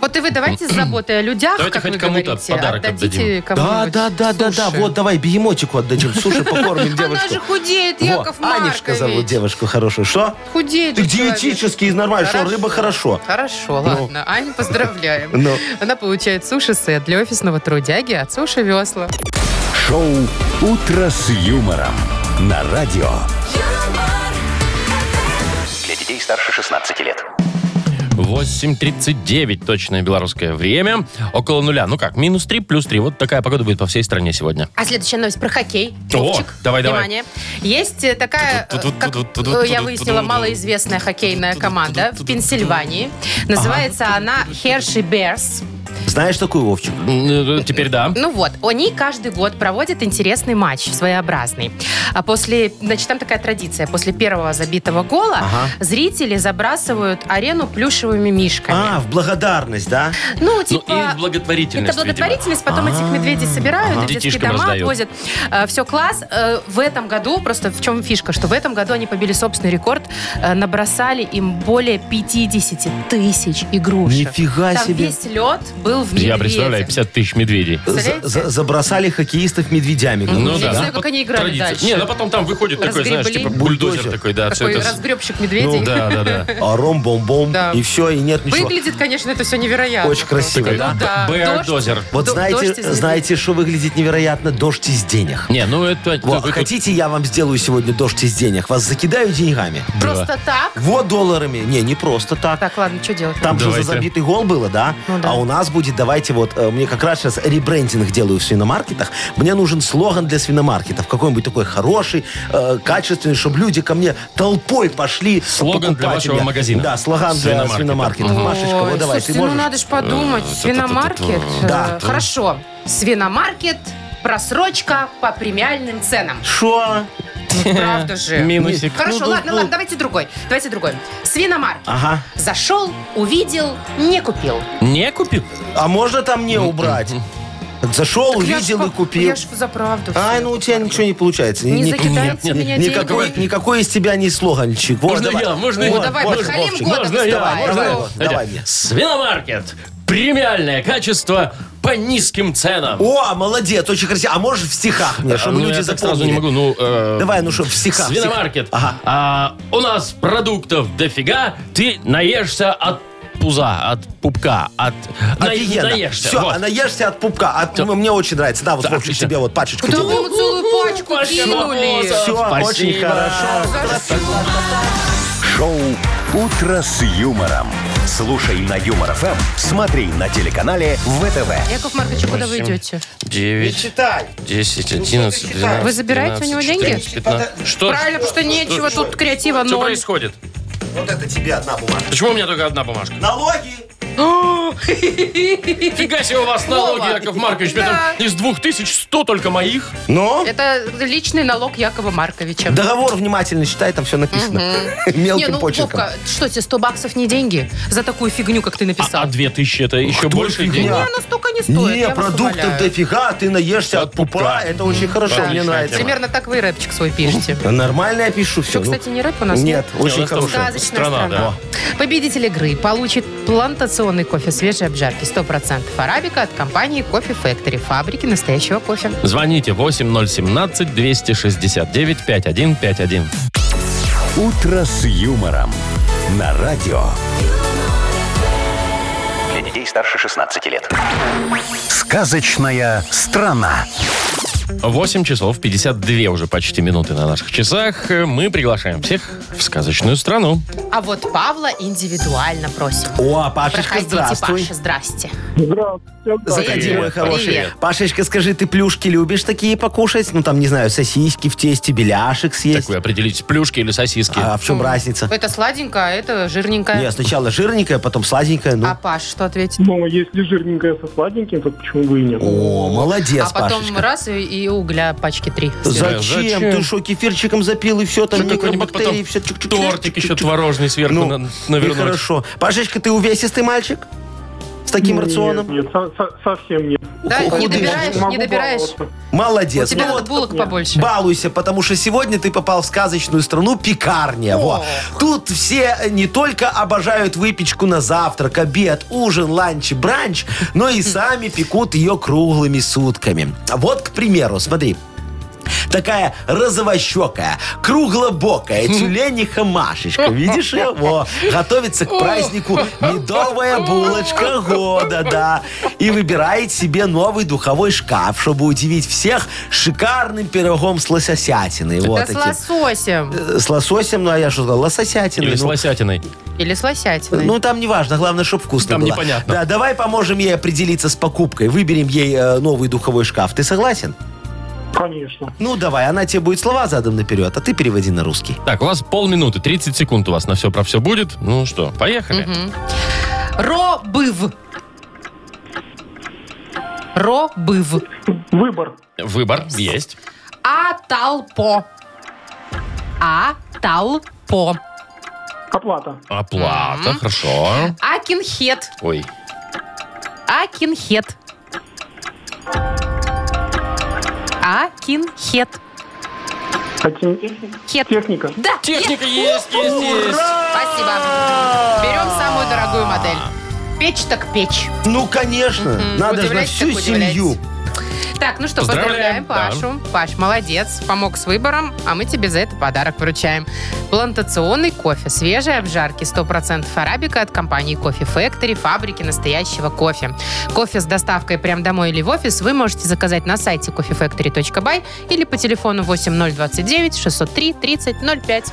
[SPEAKER 3] вот и вы давайте с заботой о людях,
[SPEAKER 2] Давайте
[SPEAKER 3] как
[SPEAKER 2] хоть
[SPEAKER 3] вы
[SPEAKER 2] кому-то
[SPEAKER 3] говорите,
[SPEAKER 2] подарок
[SPEAKER 3] отдадите
[SPEAKER 4] Да,
[SPEAKER 3] кому-нибудь.
[SPEAKER 4] да, да, да, да.
[SPEAKER 3] Слушай,
[SPEAKER 4] Вот давай бегемотику отдадим. Слушай, покормим
[SPEAKER 3] Она же
[SPEAKER 4] девушку.
[SPEAKER 3] худеет,
[SPEAKER 4] Во,
[SPEAKER 3] Яков
[SPEAKER 4] Анечка
[SPEAKER 3] Маркович.
[SPEAKER 4] зовут девушку хорошую. Что?
[SPEAKER 3] Худеет
[SPEAKER 4] Ты
[SPEAKER 3] же человек.
[SPEAKER 4] диетический, нормально, что рыба хорошо.
[SPEAKER 3] Хорошо, ладно. Ань, поздравляем.
[SPEAKER 4] Ну.
[SPEAKER 3] Она получает суши-сет для офисного трудяги от Суши Весла.
[SPEAKER 1] Шоу «Утро с юмором» на радио.
[SPEAKER 6] Для детей старше 16 лет.
[SPEAKER 2] 8.39 точное белорусское время. Около нуля. Ну как, минус 3, плюс 3. Вот такая погода будет по всей стране сегодня.
[SPEAKER 3] А следующая новость про хоккей.
[SPEAKER 2] О,
[SPEAKER 3] Вовчик,
[SPEAKER 2] давай, давай.
[SPEAKER 3] Внимание. Есть э, такая, э,
[SPEAKER 2] Тут-тут-тут-тут-тут-тут-тут-тут-тут-тут.
[SPEAKER 3] как э, я выяснила, малоизвестная хоккейная команда в Пенсильвании. Называется она Hershey Bears.
[SPEAKER 4] Знаешь такую, Вовчик?
[SPEAKER 2] М, э, Теперь да.
[SPEAKER 3] Ну вот, они каждый год проводят интересный матч, своеобразный. А после, значит, там такая традиция. После первого забитого гола
[SPEAKER 4] Ага.
[SPEAKER 3] зрители забрасывают арену плюшевыми мишками.
[SPEAKER 4] А, в благодарность, да?
[SPEAKER 3] Ну,
[SPEAKER 2] Ну
[SPEAKER 3] типа...
[SPEAKER 2] и благотворительность,
[SPEAKER 3] Это благотворительность, потом этих медведей собирают, в детские
[SPEAKER 2] Детишкам
[SPEAKER 3] дома
[SPEAKER 2] раздают.
[SPEAKER 3] отвозят. Все класс. Э, В этом году, просто в чем фишка, что в этом году они побили собственный рекорд, э, набросали им более 50 тысяч игрушек.
[SPEAKER 4] Нифига
[SPEAKER 3] Там
[SPEAKER 4] себе.
[SPEAKER 3] весь лед был в
[SPEAKER 2] видимо.
[SPEAKER 3] медведе.
[SPEAKER 2] Я представляю, 50 тысяч медведей.
[SPEAKER 4] За- за- Забросали хоккеистов медведями.
[SPEAKER 3] Ну
[SPEAKER 4] говоришь,
[SPEAKER 3] да.
[SPEAKER 4] да?
[SPEAKER 3] знаю, как они играли дальше.
[SPEAKER 2] Не, ну потом там выходит такой,
[SPEAKER 3] Разгребли.
[SPEAKER 2] знаешь, типа бульдозер
[SPEAKER 4] Бульдозер.
[SPEAKER 2] такой, да. всё
[SPEAKER 3] Такой
[SPEAKER 2] это с-
[SPEAKER 3] разгребщик медведей.
[SPEAKER 2] Ну, да, да, да.
[SPEAKER 4] А ром-бом-бом,
[SPEAKER 3] Да.
[SPEAKER 4] и все, и нет ничего.
[SPEAKER 3] Выглядит, конечно, это все невероятно.
[SPEAKER 4] Очень красиво,
[SPEAKER 3] Ну
[SPEAKER 4] да?
[SPEAKER 3] да. Дождь.
[SPEAKER 2] Бэардозер.
[SPEAKER 4] Вот
[SPEAKER 3] Д- дождь
[SPEAKER 4] знаете,
[SPEAKER 3] из-
[SPEAKER 4] знаете, что выглядит невероятно? Дождь из денег.
[SPEAKER 2] Не, ну это...
[SPEAKER 4] Во,
[SPEAKER 2] это-
[SPEAKER 4] хотите, я вам сделаю сегодня дождь из денег? Вас закидаю деньгами.
[SPEAKER 3] Просто так?
[SPEAKER 4] Вот долларами. Не, не просто так.
[SPEAKER 3] Так, ладно, что делать?
[SPEAKER 4] Там же
[SPEAKER 2] Давайте.
[SPEAKER 4] за забитый гол было, да?
[SPEAKER 3] Ну да.
[SPEAKER 4] А у нас будет, давайте вот, э, мне как раз сейчас ребрендинг делаю в свиномаркетах. Мне нужен слоган для свиномаркетов. Какой-нибудь такой хороший, э, качественный, чтобы люди ко мне толпой пошли
[SPEAKER 2] Слоган для
[SPEAKER 4] покупать
[SPEAKER 2] вашего
[SPEAKER 4] меня.
[SPEAKER 2] магазина.
[SPEAKER 4] Да, слоган для
[SPEAKER 2] Свиномаркета.
[SPEAKER 4] свиномаркетов. Машечка,
[SPEAKER 3] Ой,
[SPEAKER 4] вот давай,
[SPEAKER 3] слушайте,
[SPEAKER 4] ты можешь? Э,
[SPEAKER 3] ну надо же подумать. Свиномаркет?
[SPEAKER 4] Да.
[SPEAKER 3] э, Хорошо. Свиномаркет, просрочка по премиальным ценам.
[SPEAKER 4] Шо?
[SPEAKER 3] Ну,
[SPEAKER 4] Э,
[SPEAKER 3] Правда же.
[SPEAKER 2] Минусик.
[SPEAKER 3] Хорошо,
[SPEAKER 4] Ну, ну,
[SPEAKER 3] ладно,
[SPEAKER 4] ну.
[SPEAKER 3] ладно, давайте другой. Давайте другой. Свиномаркет.
[SPEAKER 4] Ага.
[SPEAKER 3] Зашел, увидел, не купил.
[SPEAKER 2] Не купил?
[SPEAKER 4] А можно там
[SPEAKER 2] Ну,
[SPEAKER 4] не убрать? Зашел,
[SPEAKER 3] Я
[SPEAKER 4] увидел
[SPEAKER 3] ж
[SPEAKER 4] и
[SPEAKER 3] по-
[SPEAKER 4] купил.
[SPEAKER 3] Я ж за правду.
[SPEAKER 4] Ай,
[SPEAKER 3] всё.
[SPEAKER 4] ну у тебя ничего не получается.
[SPEAKER 3] Не
[SPEAKER 4] Ни-
[SPEAKER 3] закидайте
[SPEAKER 2] нет,
[SPEAKER 3] меня
[SPEAKER 4] ни- никакой,
[SPEAKER 3] деньгами.
[SPEAKER 4] никакой из тебя не слоганчик. Вот,
[SPEAKER 2] Можно
[SPEAKER 4] давай.
[SPEAKER 2] я, можно
[SPEAKER 3] Ну,
[SPEAKER 2] я.
[SPEAKER 3] давай,
[SPEAKER 2] Можно,
[SPEAKER 3] подхалим
[SPEAKER 2] Вовчик,
[SPEAKER 3] года
[SPEAKER 2] можно я,
[SPEAKER 3] доставай,
[SPEAKER 2] можно я?
[SPEAKER 4] ну.
[SPEAKER 2] Давайте.
[SPEAKER 4] Давай мне.
[SPEAKER 2] Свиномаркет. Премиальное качество по низким ценам.
[SPEAKER 4] О, молодец, очень красиво. А может в стихах мне, чтобы
[SPEAKER 2] Ну, я
[SPEAKER 4] люди
[SPEAKER 2] так сразу
[SPEAKER 4] запомнили?
[SPEAKER 2] не могу, ну... э,
[SPEAKER 4] Давай, ну что, в стихах. в стихах.
[SPEAKER 2] Свиномаркет.
[SPEAKER 4] Ага.
[SPEAKER 2] А, у нас продуктов дофига, ты наешься от пуза, от пупка, от... На-
[SPEAKER 4] Офигенно.
[SPEAKER 2] наешься,
[SPEAKER 4] Все,
[SPEAKER 2] вот.
[SPEAKER 4] а наешься от пупка. От-
[SPEAKER 2] Всё.
[SPEAKER 4] Мне очень нравится. На, вот,
[SPEAKER 2] Да,
[SPEAKER 4] Вовчик,
[SPEAKER 2] отлично.
[SPEAKER 4] тебе вот пачечку.
[SPEAKER 3] Да
[SPEAKER 4] тебе.
[SPEAKER 3] вы ему целую пачку кинули.
[SPEAKER 4] Все,
[SPEAKER 2] Спасибо.
[SPEAKER 4] очень хорошо.
[SPEAKER 1] Шоу «Утро с юмором». Слушай на Юмор ФМ, смотри на телеканале ВТВ.
[SPEAKER 3] Яков Маркович, а куда вы идете?
[SPEAKER 2] 9,
[SPEAKER 4] Читай.
[SPEAKER 2] 10,
[SPEAKER 3] Ну,
[SPEAKER 2] 11, 12,
[SPEAKER 3] Вы забираете у него деньги?
[SPEAKER 2] 15. Что?
[SPEAKER 3] Правильно, потому что нечего тут креатива
[SPEAKER 2] Что
[SPEAKER 3] ноль.
[SPEAKER 2] происходит?
[SPEAKER 4] Вот это тебе одна бумажка.
[SPEAKER 2] Почему у меня только одна бумажка?
[SPEAKER 4] Налоги.
[SPEAKER 2] Фига себе у вас налоги, Яков Маркович. Мне
[SPEAKER 3] Да.
[SPEAKER 2] там Из двух тысяч сто только моих. а,
[SPEAKER 4] Ну?
[SPEAKER 3] Это личный налог Якова Марковича.
[SPEAKER 4] Договор внимательно читай, там все написано.
[SPEAKER 3] Не,
[SPEAKER 4] Мелким
[SPEAKER 3] ну,
[SPEAKER 4] почерком.
[SPEAKER 3] Вовка, что тебе, 100 баксов не деньги за такую фигню, как ты
[SPEAKER 2] А,
[SPEAKER 3] написал?
[SPEAKER 2] а две тысячи это еще больше
[SPEAKER 4] фигня.
[SPEAKER 2] денег.
[SPEAKER 3] Не, она столько не стоит. я
[SPEAKER 4] Не,
[SPEAKER 3] вас
[SPEAKER 4] продуктов
[SPEAKER 3] умоляю.
[SPEAKER 4] дофига, ты наешься
[SPEAKER 2] От
[SPEAKER 4] от пупа.
[SPEAKER 2] пупка.
[SPEAKER 4] Это очень хорошо, мне
[SPEAKER 2] Отличная
[SPEAKER 4] нравится.
[SPEAKER 2] тема.
[SPEAKER 3] Примерно так вы и рэпчик свой пишете.
[SPEAKER 4] Нормально я пишу все.
[SPEAKER 3] Что, кстати, не рэп у нас?
[SPEAKER 4] Нет,
[SPEAKER 2] у
[SPEAKER 4] очень
[SPEAKER 2] нас там
[SPEAKER 4] хорошо.
[SPEAKER 3] Сказочная
[SPEAKER 2] Страна,
[SPEAKER 3] страна. Победитель игры получит плантационный кофе свежей обжарки 100% арабика от компании Кофе Factory, фабрики настоящего кофе.
[SPEAKER 2] Звоните 8017-269-5151.
[SPEAKER 1] «Утро с юмором» на радио.
[SPEAKER 6] Для детей старше 16 лет.
[SPEAKER 1] Сказочная страна.
[SPEAKER 2] 8 часов 52 уже почти минуты на наших часах. Мы приглашаем всех в сказочную страну.
[SPEAKER 3] А вот Павла индивидуально просим.
[SPEAKER 4] О, Пашечка,
[SPEAKER 3] Проходите,
[SPEAKER 4] здравствуй.
[SPEAKER 3] Паша, здрасте.
[SPEAKER 4] Заходи,
[SPEAKER 2] Привет,
[SPEAKER 4] мой хороший.
[SPEAKER 3] привет.
[SPEAKER 4] Пашечка, скажи, ты плюшки любишь такие покушать? Ну, там, не знаю, сосиски в тесте, беляшек съесть.
[SPEAKER 2] Так вы определитесь, плюшки или сосиски.
[SPEAKER 4] А в чем разница?
[SPEAKER 3] Это сладенькое, а это жирненькое.
[SPEAKER 4] Не, сначала жирненькое, потом сладенькое. Ну.
[SPEAKER 3] А Паш что ответит?
[SPEAKER 9] Ну, если жирненькая со сладеньким, то почему бы и нет?
[SPEAKER 4] О, молодец,
[SPEAKER 3] а потом
[SPEAKER 4] Пашечка.
[SPEAKER 3] раз и, и угля пачки три.
[SPEAKER 4] Зачем?
[SPEAKER 2] Зачем?
[SPEAKER 4] Ты что, кефирчиком запил и все, там
[SPEAKER 2] Ну, какой-нибудь
[SPEAKER 4] микробактерии,
[SPEAKER 2] потом
[SPEAKER 4] все. чик-чик-чик,
[SPEAKER 2] Тортик еще
[SPEAKER 4] чик-чик-чик.
[SPEAKER 2] творожный сверху
[SPEAKER 4] Ну,
[SPEAKER 2] на- навернуть.
[SPEAKER 4] и хорошо. Пашечка, ты увесистый мальчик? С таким
[SPEAKER 9] Нет,
[SPEAKER 4] рационом?
[SPEAKER 9] Нет, со- со- совсем нет.
[SPEAKER 3] Да, не
[SPEAKER 4] худые.
[SPEAKER 3] добираешь, не
[SPEAKER 9] Могу
[SPEAKER 3] добираешь.
[SPEAKER 9] баловаться.
[SPEAKER 3] У
[SPEAKER 4] Молодец.
[SPEAKER 3] тебя
[SPEAKER 4] Ну
[SPEAKER 3] надо
[SPEAKER 4] вот,
[SPEAKER 3] булок побольше.
[SPEAKER 4] Балуйся, потому что сегодня ты попал в сказочную страну пекарня. Во. Тут все э, не только обожают выпечку на завтрак, обед, ужин, ланч, и бранч, но и сами пекут ее круглыми сутками. А Вот, к примеру, смотри. Такая розовощекая, круглобокая, тюлениха Машечка. Видишь ее? Во. Готовится к празднику медовая булочка года, да. И выбирает себе новый духовой шкаф, чтобы удивить всех шикарным пирогом с лососятиной. Вот
[SPEAKER 3] Да с
[SPEAKER 4] эти.
[SPEAKER 3] лососем.
[SPEAKER 4] Э, С лососем, ну а я что сказал, лососятиной.
[SPEAKER 2] Или с
[SPEAKER 4] ну.
[SPEAKER 2] лосятиной.
[SPEAKER 3] Или с лосятиной.
[SPEAKER 4] Ну, там неважно, главное, чтобы вкусно
[SPEAKER 2] Там
[SPEAKER 4] было.
[SPEAKER 2] непонятно.
[SPEAKER 4] Да, давай поможем ей определиться с покупкой. Выберем ей э, новый духовой шкаф. Ты согласен?
[SPEAKER 9] Конечно.
[SPEAKER 4] Ну, давай, она тебе будет слова задом наперед, а ты переводи на русский.
[SPEAKER 2] Так, у вас полминуты, 30 секунд у вас на все про все будет. Ну что, поехали.
[SPEAKER 3] Робыв. Робыв.
[SPEAKER 9] Выбор.
[SPEAKER 2] Выбор есть.
[SPEAKER 3] А толпо. А толпо.
[SPEAKER 9] Оплата.
[SPEAKER 2] Оплата, хорошо.
[SPEAKER 3] Акинхет.
[SPEAKER 2] Ой,
[SPEAKER 3] Акинхет. Акинхет.
[SPEAKER 9] Хотим-
[SPEAKER 3] Хет.
[SPEAKER 9] Техника.
[SPEAKER 3] Да,
[SPEAKER 2] Техника есть, есть, есть.
[SPEAKER 3] Спасибо. Берем самую дорогую модель. Печь так печь.
[SPEAKER 4] Ну, конечно. Надо же на
[SPEAKER 3] Удивляйтесь,
[SPEAKER 4] всю
[SPEAKER 3] так удивляйтесь.
[SPEAKER 4] семью.
[SPEAKER 3] Так, ну что,
[SPEAKER 2] Поздравляем,
[SPEAKER 3] поздравляем, Пашу. Паш, молодец, помог с выбором, а мы тебе за это подарок вручаем. Плантационный кофе, свежие обжарки, 100% арабика от компании Кофе Factory, фабрики настоящего кофе. Кофе с доставкой прямо домой или в офис вы можете заказать на сайте coffeefactory.by или по телефону 8029 603 3005.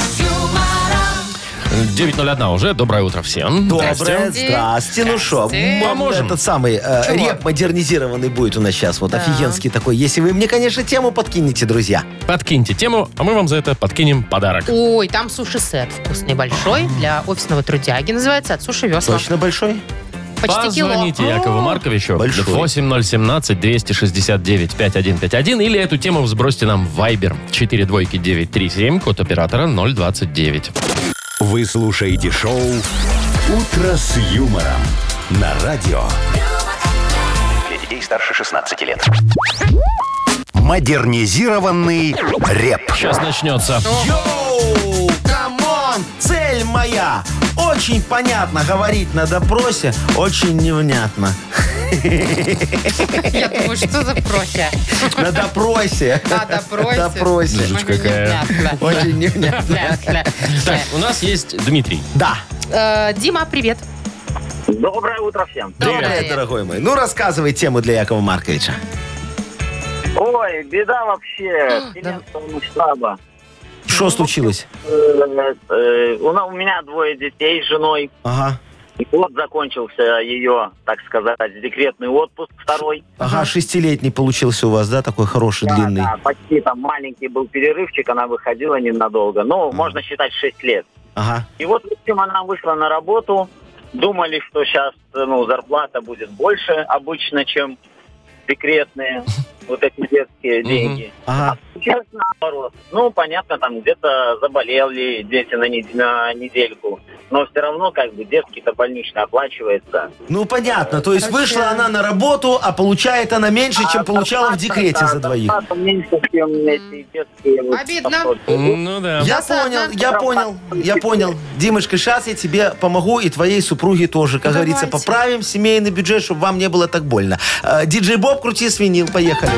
[SPEAKER 2] 9.01 уже. Доброе утро всем.
[SPEAKER 4] Доброе,
[SPEAKER 3] Здрасте.
[SPEAKER 4] здрасте, ну шо,
[SPEAKER 3] Здрасте.
[SPEAKER 4] м,
[SPEAKER 2] Поможем.
[SPEAKER 4] Этот самый э,
[SPEAKER 3] Чего?
[SPEAKER 4] реп модернизированный будет у нас сейчас, вот офигенский такой. Если вы мне, конечно, тему подкинете, друзья.
[SPEAKER 2] Подкиньте тему, а мы вам за это подкинем подарок.
[SPEAKER 3] Ой, там суши-сет вкусный большой для офисного трудяги, называется от суши весла.
[SPEAKER 4] Точно большой?
[SPEAKER 3] Почти кило.
[SPEAKER 2] Позвоните Якову Марковичу.
[SPEAKER 4] Большой.
[SPEAKER 2] 8017-269-5151 или эту тему сбросьте нам в Viber. 4 двойки 937, код оператора 029.
[SPEAKER 1] Вы слушаете шоу «Утро с юмором» на радио
[SPEAKER 6] Для детей старше 16 лет.
[SPEAKER 1] «Модернизированный реп».
[SPEAKER 2] Сейчас начнется.
[SPEAKER 4] Йоу, камон! чем цель моя? Очень понятно говорить на допросе, очень невнятно.
[SPEAKER 3] Я думаю, что за прося?
[SPEAKER 4] На допросе.
[SPEAKER 3] На допросе.
[SPEAKER 4] На допросе.
[SPEAKER 2] Жуть какая.
[SPEAKER 3] Невнятно.
[SPEAKER 4] Очень невнятно.
[SPEAKER 3] Бля-бля.
[SPEAKER 2] Так, у нас есть Дмитрий.
[SPEAKER 4] Да.
[SPEAKER 3] Э, Дима, привет.
[SPEAKER 8] Доброе утро всем.
[SPEAKER 4] Привет, дорогой мой. Ну, рассказывай тему для Якова Марковича.
[SPEAKER 8] Ой, беда вообще. Вселенского масштаба.
[SPEAKER 4] Что случилось?
[SPEAKER 8] Э, э, У на- у меня двое детей с женой.
[SPEAKER 4] Ага.
[SPEAKER 8] И Вот закончился ее, так сказать, декретный отпуск второй.
[SPEAKER 4] Ага, шестилетний получился у вас, да, такой хороший,
[SPEAKER 8] Да,
[SPEAKER 4] длинный.
[SPEAKER 8] да, почти там маленький был перерывчик, она выходила ненадолго. Ну, можно считать 6 лет.
[SPEAKER 4] Ага.
[SPEAKER 8] И вот, в общем, она вышла на работу. Думали, что сейчас ну, зарплата будет больше обычно, чем декретные вот эти детские деньги.
[SPEAKER 4] Ага.
[SPEAKER 8] Сейчас наоборот. Ну, понятно, там где-то заболели дети на, нед- на недельку. Но все равно, как бы, детский-то больничный оплачивается.
[SPEAKER 4] Ну, понятно. То есть вышла она на работу, а получает она меньше, чем получала в декрете за двоих.
[SPEAKER 8] А Зарплата меньше, чем эти детские. вот
[SPEAKER 3] Обидно.
[SPEAKER 8] пособия.
[SPEAKER 2] Ну да.
[SPEAKER 4] Я
[SPEAKER 3] Досадно.
[SPEAKER 4] понял, я понял, я понял. Димочка, сейчас я тебе помогу и твоей супруге тоже. Как говорится,
[SPEAKER 3] Давайте.
[SPEAKER 4] поправим семейный бюджет, чтобы вам не было так больно. Э, Диджей Боб, крути свинил, поехали.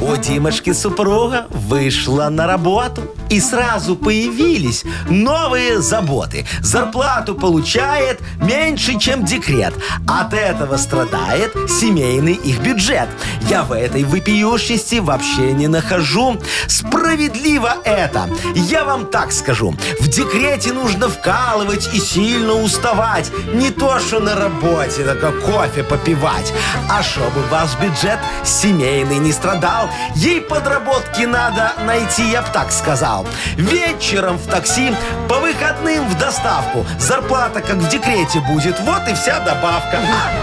[SPEAKER 4] У Димочки супруга вышла на работу, и сразу появились новые заботы. Зарплату получает меньше, чем декрет. От этого страдает семейный их бюджет. Я в этой вопиющести вообще не нахожу. Справедливо это. Я вам так скажу. В декрете нужно вкалывать и сильно уставать. Не то, что на работе, так как кофе попивать. А чтобы ваш бюджет семейный не страдал, ей подработки надо найти, я б так сказал. Вечером в такси, по выходным в доставку. Зарплата как в декрете будет, вот и вся добавка. А,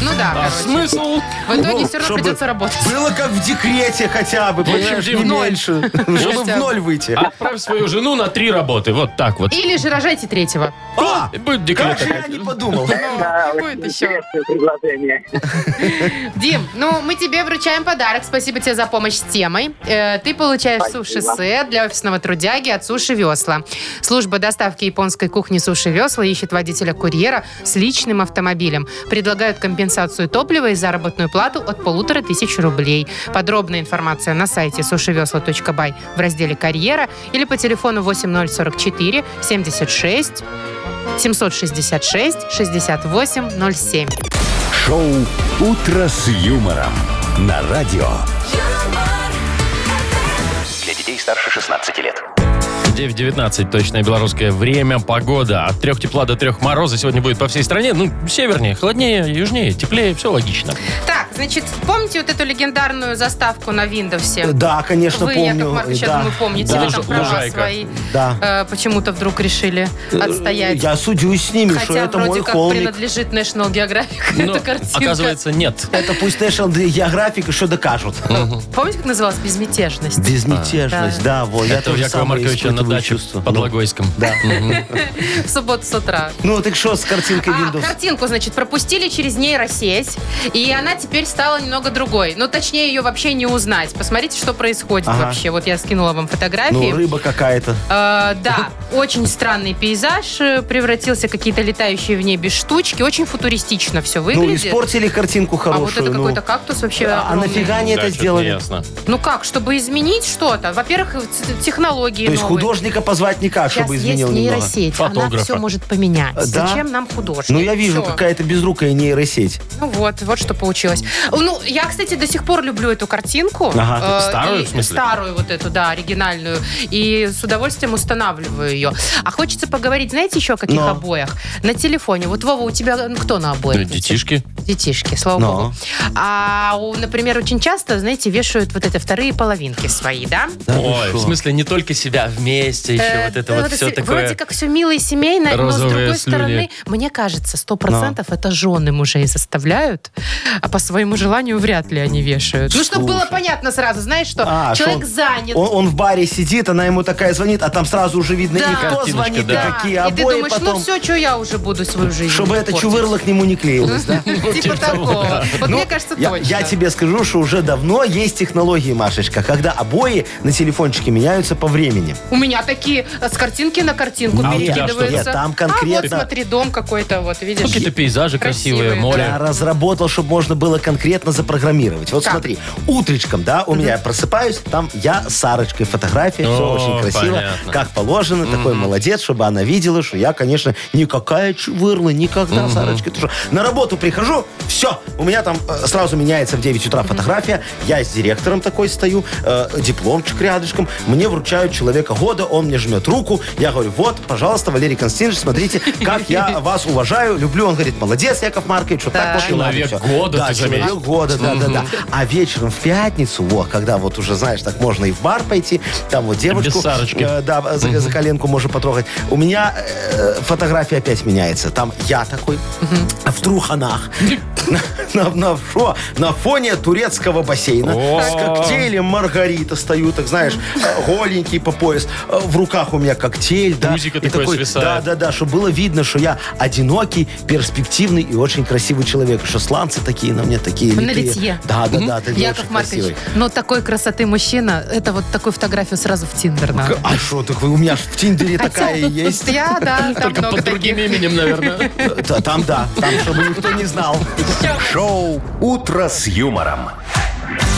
[SPEAKER 3] Ну да,
[SPEAKER 2] А
[SPEAKER 3] короче.
[SPEAKER 2] смысл?
[SPEAKER 3] В итоге все равно
[SPEAKER 4] чтобы
[SPEAKER 3] придется работать.
[SPEAKER 4] Было как в декрете хотя бы, понимаешь,
[SPEAKER 2] же Ну, в
[SPEAKER 4] не
[SPEAKER 2] ноль. А,
[SPEAKER 4] меньше. Чтобы в
[SPEAKER 3] бы.
[SPEAKER 4] ноль выйти.
[SPEAKER 2] Отправь свою жену на три работы. Вот так вот.
[SPEAKER 3] Или же рожайте третьего.
[SPEAKER 4] О,
[SPEAKER 2] И Будет
[SPEAKER 4] как
[SPEAKER 2] декрет
[SPEAKER 4] же я
[SPEAKER 2] опять.
[SPEAKER 4] не подумал.
[SPEAKER 8] Да,
[SPEAKER 3] Будет
[SPEAKER 8] очень
[SPEAKER 3] еще.
[SPEAKER 8] интересное предложение.
[SPEAKER 3] Дим, ну мы тебе вручаем подарок. Спасибо тебе за помощь с темой. Э, ты получаешь суши-сет для офисного трудяги от Суши Весла. Служба доставки японской кухни Суши Весла ищет водителя-курьера с личным автомобилем. Предлагают компенсацию топлива и заработную плату от полутора тысяч рублей. Подробная информация на сайте сушивесла.бай в разделе «Карьера» или по телефону 8044 76 766 6807.
[SPEAKER 1] Шоу «Утро с юмором» на радио.
[SPEAKER 6] Для детей старше 16 лет.
[SPEAKER 2] 9.19, точное белорусское время, погода. От трех тепла до трех мороза сегодня будет по всей стране. Ну, севернее, холоднее, южнее, теплее, все логично.
[SPEAKER 3] Так, значит, помните вот эту легендарную заставку на Windows?
[SPEAKER 4] Да, конечно,
[SPEAKER 3] Вы,
[SPEAKER 4] помню.
[SPEAKER 3] Яков Маркович, я
[SPEAKER 4] Да.
[SPEAKER 3] думаю, помните.
[SPEAKER 2] Да.
[SPEAKER 3] Вы там
[SPEAKER 2] Лужа-
[SPEAKER 3] права
[SPEAKER 2] лужайка.
[SPEAKER 3] свои
[SPEAKER 4] Да. Э,
[SPEAKER 3] э, почему-то вдруг решили отстоять.
[SPEAKER 4] Я судюсь с ними, что
[SPEAKER 3] Хотя
[SPEAKER 4] это
[SPEAKER 3] вроде
[SPEAKER 4] мой
[SPEAKER 3] как
[SPEAKER 4] холмик.
[SPEAKER 3] принадлежит National Geographic
[SPEAKER 2] Но,
[SPEAKER 3] эта картинка.
[SPEAKER 2] Ну, оказывается, нет.
[SPEAKER 4] Это пусть National Geographic еще докажут.
[SPEAKER 2] А.
[SPEAKER 3] Помните, как называлась «Безмятежность»?
[SPEAKER 4] Безмятежность, да, вот. Я
[SPEAKER 2] Это у
[SPEAKER 4] тоже
[SPEAKER 2] Якова
[SPEAKER 4] самое
[SPEAKER 2] Марковича на
[SPEAKER 4] испытываю
[SPEAKER 2] даче
[SPEAKER 4] чувство.
[SPEAKER 2] под
[SPEAKER 4] Ну.
[SPEAKER 2] Логойском.
[SPEAKER 3] В субботу с утра.
[SPEAKER 4] Ну, так что с картинкой
[SPEAKER 3] А,
[SPEAKER 4] Windows?
[SPEAKER 3] картинку, значит, пропустили через нейросеть, и она теперь стала немного другой. Ну, точнее, ее вообще не узнать. Посмотрите, что происходит
[SPEAKER 4] Ага.
[SPEAKER 3] вообще. Вот я скинула вам фотографии.
[SPEAKER 4] Ну, рыба какая-то.
[SPEAKER 3] Э, да, очень странный пейзаж э, превратился, какие-то летающие в небе штучки. Очень футуристично все
[SPEAKER 4] Ну,
[SPEAKER 3] выглядит.
[SPEAKER 4] испортили картинку
[SPEAKER 3] а вот это
[SPEAKER 4] хорошую. ну.
[SPEAKER 3] какой-то кактус вообще.
[SPEAKER 4] А
[SPEAKER 3] огромный.
[SPEAKER 4] нафига они
[SPEAKER 2] Да,
[SPEAKER 4] это
[SPEAKER 2] чё-то не
[SPEAKER 4] сделали?
[SPEAKER 2] Ясно.
[SPEAKER 3] Ну как, чтобы изменить что-то? Во-первых, ц- технологии
[SPEAKER 4] То есть
[SPEAKER 3] новые.
[SPEAKER 4] художника позвать никак,
[SPEAKER 3] Сейчас
[SPEAKER 4] чтобы изменил
[SPEAKER 3] есть
[SPEAKER 4] немного.
[SPEAKER 3] нейросеть, она
[SPEAKER 2] Фотографа.
[SPEAKER 3] все может поменять.
[SPEAKER 4] Э, да?
[SPEAKER 3] Зачем нам художник?
[SPEAKER 4] Ну, я вижу,
[SPEAKER 3] Всё.
[SPEAKER 4] какая-то безрукая нейросеть.
[SPEAKER 3] Ну вот, вот что получилось. Ну, я, кстати, до сих пор люблю эту картинку.
[SPEAKER 4] Ага.
[SPEAKER 3] Э,
[SPEAKER 2] Старую,
[SPEAKER 3] и-
[SPEAKER 2] в смысле?
[SPEAKER 3] Старую вот эту, да, оригинальную. И с удовольствием устанавливаю ее. А хочется поговорить, знаете, еще о каких
[SPEAKER 4] Но.
[SPEAKER 3] обоях? На телефоне. Вот, Вова, у тебя ну, кто на
[SPEAKER 2] Ну,
[SPEAKER 3] обоях?
[SPEAKER 2] Детишки.
[SPEAKER 3] Детишки, слава
[SPEAKER 4] Но.
[SPEAKER 3] богу. А, у, например, очень часто, знаете, вешают вот это вторые половинки свои, да?
[SPEAKER 4] Да ну ты
[SPEAKER 2] Ой,
[SPEAKER 4] шо?
[SPEAKER 2] в смысле, не только себя, вместе еще,
[SPEAKER 3] Э,
[SPEAKER 2] вот это
[SPEAKER 3] ну,
[SPEAKER 2] вот все
[SPEAKER 3] се-
[SPEAKER 2] такое.
[SPEAKER 3] Вроде как все мило и семейно, но с
[SPEAKER 2] розовые
[SPEAKER 3] другой
[SPEAKER 2] слюни.
[SPEAKER 3] стороны, мне кажется, сто процентов это жены мужей заставляют, а по своему желанию вряд ли они вешают. Ну, чтобы было понятно сразу, знаешь, что
[SPEAKER 4] А,
[SPEAKER 3] человек
[SPEAKER 4] что он-
[SPEAKER 3] занят.
[SPEAKER 4] Он, он в баре сидит, она ему такая звонит, а там сразу уже видно,
[SPEAKER 3] Да.
[SPEAKER 4] и кто
[SPEAKER 2] Картиночка,
[SPEAKER 4] звонит,
[SPEAKER 2] да.
[SPEAKER 4] и какие
[SPEAKER 3] и ты
[SPEAKER 4] обои
[SPEAKER 3] думаешь,
[SPEAKER 4] потом.
[SPEAKER 3] ну все, что я уже буду свою жизнь
[SPEAKER 4] чтобы это
[SPEAKER 3] портить?
[SPEAKER 4] чувырло к нему не клеилось, да?
[SPEAKER 3] Типа такого. Вот мне кажется,
[SPEAKER 4] Ну, Я,
[SPEAKER 3] точно.
[SPEAKER 4] я тебе скажу, что уже давно есть технологии, Машечка, когда обои на телефончике меняются по времени.
[SPEAKER 3] У меня такие э, с картинки на картинку
[SPEAKER 4] А у тебя
[SPEAKER 3] перекидываются.
[SPEAKER 4] что? Нет, там
[SPEAKER 3] А вот
[SPEAKER 4] конкретно-
[SPEAKER 3] смотри, дом какой-то, вот видишь.
[SPEAKER 2] Какие-то пейзажи красивые,
[SPEAKER 3] Красивые,
[SPEAKER 2] море.
[SPEAKER 4] Я разработал, чтобы можно было конкретно запрограммировать. Вот
[SPEAKER 3] Как?
[SPEAKER 4] смотри, утречком, да, у меня я просыпаюсь, там я с Сарочкой фотография, все
[SPEAKER 2] О,
[SPEAKER 4] очень красиво,
[SPEAKER 2] понятно.
[SPEAKER 4] как положено, такой молодец, чтобы она видела, что я, конечно, никакая чувырла, никогда, Сарочка. ты что? На работу прихожу, все, у меня там э, сразу меняется в 9 утра фотография, я с директором такой стою, э, дипломчик рядышком, мне вручают человека года, он мне жмет руку, я говорю, вот, пожалуйста, Валерий Константинович, смотрите, как я вас уважаю, люблю. Он говорит, молодец, Яков Маркович, вот так
[SPEAKER 3] Так.
[SPEAKER 4] вот и надо
[SPEAKER 2] Человек
[SPEAKER 4] всё.
[SPEAKER 2] года,
[SPEAKER 4] да,
[SPEAKER 2] ты
[SPEAKER 4] человек
[SPEAKER 2] заметил.
[SPEAKER 4] года, да, да, да. А вечером в пятницу, вот, когда вот уже, знаешь, так можно и в бар пойти, там вот девочку...
[SPEAKER 2] Без Сарочки.
[SPEAKER 4] э, да, за, за коленку можно потрогать. У меня э, фотография опять меняется. Там я такой, в труханах, на, на, на шо? на фоне турецкого бассейна,
[SPEAKER 2] О.
[SPEAKER 4] с коктейлем Маргарита стою, так знаешь, э, голенький по пояс. Э, В руках у меня коктейль, да.
[SPEAKER 2] Пузико
[SPEAKER 4] и
[SPEAKER 2] такое
[SPEAKER 4] такой,
[SPEAKER 2] свисает.
[SPEAKER 4] Да, да, да, чтобы было видно, что я одинокий, перспективный и очень красивый человек. И Что сланцы такие на мне такие
[SPEAKER 3] На
[SPEAKER 4] литые.
[SPEAKER 3] литье.
[SPEAKER 4] Да, да, да. ты
[SPEAKER 3] Яков
[SPEAKER 4] очень
[SPEAKER 3] Маркович,
[SPEAKER 4] красивый.
[SPEAKER 3] но такой красоты мужчина, это вот такую фотографию сразу в Тиндер надо.
[SPEAKER 4] А что, так вы- у меня ж в Тиндере такая есть.
[SPEAKER 3] Я, да, там
[SPEAKER 2] Только
[SPEAKER 3] много
[SPEAKER 2] под
[SPEAKER 3] таких.
[SPEAKER 2] другим именем, наверное.
[SPEAKER 4] Т- Там да, там, чтобы никто не знал.
[SPEAKER 1] Шоу «Утро с юмором».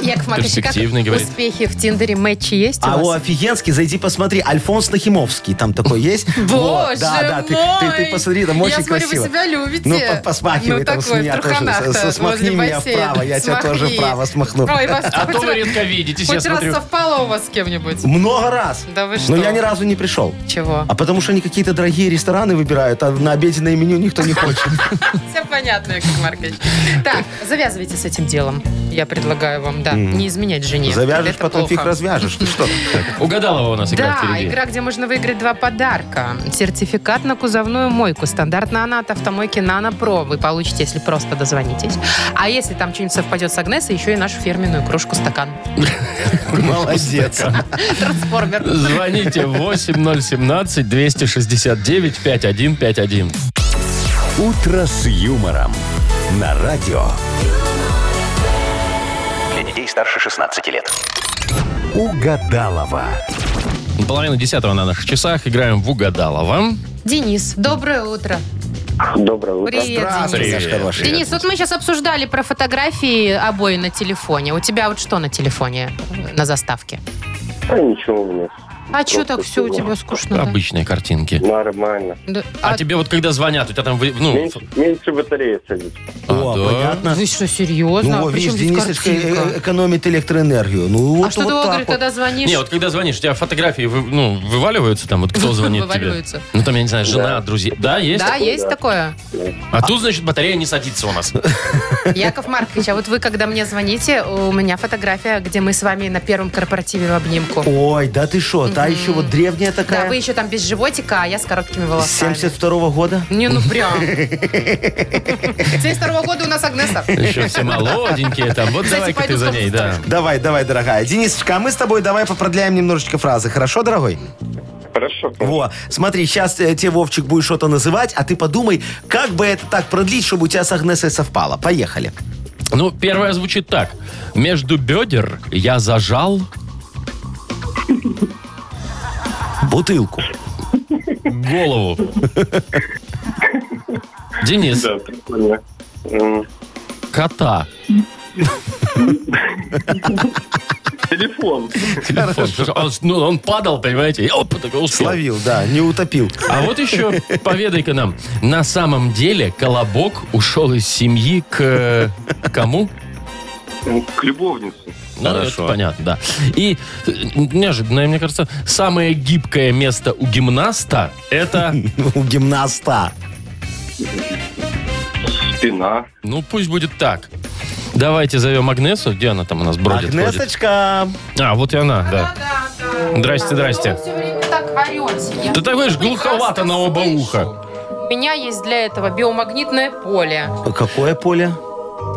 [SPEAKER 3] Яков Маркович, как
[SPEAKER 2] Перспективный, говорит.
[SPEAKER 3] успехи в Тиндере, матчи есть у
[SPEAKER 4] А у
[SPEAKER 3] вас?
[SPEAKER 4] офигенский, зайди посмотри, Альфонс Нахимовский там такой есть.
[SPEAKER 3] Боже
[SPEAKER 4] Вот, Да, да, ты-
[SPEAKER 3] мой!
[SPEAKER 4] ты ты посмотри, там очень
[SPEAKER 3] Я смотрю,
[SPEAKER 4] красиво.
[SPEAKER 3] вы себя любите.
[SPEAKER 4] Ну, по- посмахивай
[SPEAKER 3] Ну,
[SPEAKER 4] там с
[SPEAKER 3] такой,
[SPEAKER 4] меня
[SPEAKER 3] в
[SPEAKER 4] тоже.
[SPEAKER 3] труханах-то,
[SPEAKER 4] С- с- Смахни
[SPEAKER 3] возле
[SPEAKER 4] меня
[SPEAKER 3] бассейна.
[SPEAKER 4] вправо, я тебя
[SPEAKER 3] Смахни.
[SPEAKER 4] тоже вправо смахну.
[SPEAKER 3] Ой, вас
[SPEAKER 2] А
[SPEAKER 3] хоть
[SPEAKER 2] то вы
[SPEAKER 3] раз-
[SPEAKER 2] редко видитесь, я
[SPEAKER 3] Хоть раз
[SPEAKER 2] смотрю.
[SPEAKER 3] совпало у вас с кем-нибудь?
[SPEAKER 4] Много раз.
[SPEAKER 3] Да вы что?
[SPEAKER 4] Но я ни разу не пришел.
[SPEAKER 3] Чего?
[SPEAKER 4] А потому что они какие-то дорогие рестораны выбирают, а на обеденное меню никто не хочет.
[SPEAKER 3] Все понятно, Яков Маркович. Так, завязывайте с этим делом. Я предлагаю вам, да, не изменять жене.
[SPEAKER 4] Завяжешь,
[SPEAKER 3] Это
[SPEAKER 4] потом
[SPEAKER 3] плохо.
[SPEAKER 4] фиг развяжешь. Ты что?
[SPEAKER 2] Угадалова у нас игра
[SPEAKER 3] Да,
[SPEAKER 2] впереди.
[SPEAKER 3] игра, где можно выиграть два подарка. Сертификат на кузовную мойку. Стандартно она от автомойки «Нано Про». Вы получите, если просто дозвонитесь. А если там что-нибудь совпадет с Агнесой, еще и нашу фирменную кружку-стакан.
[SPEAKER 4] Молодец.
[SPEAKER 3] Трансформер.
[SPEAKER 2] Звоните 8017-269-5151.
[SPEAKER 1] «Утро с юмором» на радио.
[SPEAKER 6] Для детей старше 16 лет.
[SPEAKER 1] Угадалова.
[SPEAKER 2] Половина десятого на наших часах. Играем в Угадалова.
[SPEAKER 3] Денис, доброе утро.
[SPEAKER 8] Доброе утро.
[SPEAKER 3] Привет,
[SPEAKER 4] Здравствуй,
[SPEAKER 3] Денис.
[SPEAKER 4] наш
[SPEAKER 2] Привет.
[SPEAKER 4] хороший.
[SPEAKER 3] Денис, вот мы сейчас обсуждали про фотографии обои на телефоне. У тебя вот что на телефоне э, на заставке?
[SPEAKER 7] А ничего у меня.
[SPEAKER 3] А что так
[SPEAKER 7] Просто
[SPEAKER 3] все у
[SPEAKER 7] всего.
[SPEAKER 3] тебя скучно?
[SPEAKER 2] Обычные картинки.
[SPEAKER 7] Нормально.
[SPEAKER 3] Да?
[SPEAKER 2] А,
[SPEAKER 3] А
[SPEAKER 4] типа-
[SPEAKER 2] тебе вот когда звонят, у тебя там... вы- Ну,
[SPEAKER 7] Меньше, меньше батареи садится.
[SPEAKER 2] а,
[SPEAKER 4] О,
[SPEAKER 2] да.
[SPEAKER 4] понятно.
[SPEAKER 3] Вы что, серьезно?
[SPEAKER 4] Ну,
[SPEAKER 3] А
[SPEAKER 4] вот
[SPEAKER 3] при
[SPEAKER 4] видишь,
[SPEAKER 3] чем здесь
[SPEAKER 4] Денисочка э,
[SPEAKER 3] картинка?
[SPEAKER 4] э, экономит электроэнергию. Ну,
[SPEAKER 3] А
[SPEAKER 4] вот,
[SPEAKER 3] что ты,
[SPEAKER 4] вот
[SPEAKER 3] Огарь,
[SPEAKER 4] так вот.
[SPEAKER 3] тогда звонишь?
[SPEAKER 2] Не, вот когда звонишь, у тебя фотографии вы- ну, вываливаются там, вот кто звонит тебе?
[SPEAKER 3] Вываливаются.
[SPEAKER 2] Ну, там, я не знаю, жена, друзья. Да, есть?
[SPEAKER 3] Да, есть такое.
[SPEAKER 2] А тут, значит, батарея не садится у нас.
[SPEAKER 3] Яков Маркович, а вот вы, когда мне звоните, у меня фотография, где мы с вами на первом корпоративе в обнимку.
[SPEAKER 4] Ой, да ты что, та еще вот древняя
[SPEAKER 3] М-м. Да, вы
[SPEAKER 4] такая.
[SPEAKER 3] еще там без животика, а я с короткими волосами.
[SPEAKER 4] 72-го года.
[SPEAKER 3] Не, ну прям. 72 года у нас Агнеса.
[SPEAKER 2] Еще все молоденькие там. Вот
[SPEAKER 3] Кстати,
[SPEAKER 2] давай-ка
[SPEAKER 3] пойду
[SPEAKER 2] ты за
[SPEAKER 3] в
[SPEAKER 2] ней, да.
[SPEAKER 4] Давай, давай, дорогая. Денисочка, а мы с тобой давай поправляем немножечко фразы, хорошо, дорогой?
[SPEAKER 7] Хорошо.
[SPEAKER 4] Во, смотри, сейчас тебе, Вовчик, будет что-то называть, а ты подумай, как бы это так продлить, чтобы у тебя с Агнесой совпало. Поехали.
[SPEAKER 2] Ну, первое звучит так. Между бедер я зажал...
[SPEAKER 4] Бутылку.
[SPEAKER 2] голову. Денис,
[SPEAKER 7] Да, прикольно. М,
[SPEAKER 2] кота.
[SPEAKER 7] Телефон.
[SPEAKER 2] Телефон. Он, ну, он падал, понимаете, и опа, такой успел.
[SPEAKER 4] Словил, да, не утопил.
[SPEAKER 2] А вот еще поведай-ка нам. На самом деле Колобок ушел из семьи к... э, кому?
[SPEAKER 7] М, К любовнице.
[SPEAKER 2] Ну, это понятно, да. И э, неожиданное, мне кажется, самое гибкое место у гимнаста это...
[SPEAKER 4] У гимнаста.
[SPEAKER 7] Спина.
[SPEAKER 2] Ну, пусть будет так. Давайте зовем Агнесу. Где она там у нас бродит? ходит?
[SPEAKER 4] Агнесочка.
[SPEAKER 2] А, вот и она, да. Здрасте, здрасте.
[SPEAKER 3] Вы все время так орете. Я
[SPEAKER 2] Да такой же глуховато
[SPEAKER 3] прекрасно
[SPEAKER 2] на оба
[SPEAKER 3] слышу.
[SPEAKER 2] уха.
[SPEAKER 3] У меня есть для этого биомагнитное поле.
[SPEAKER 4] Какое поле?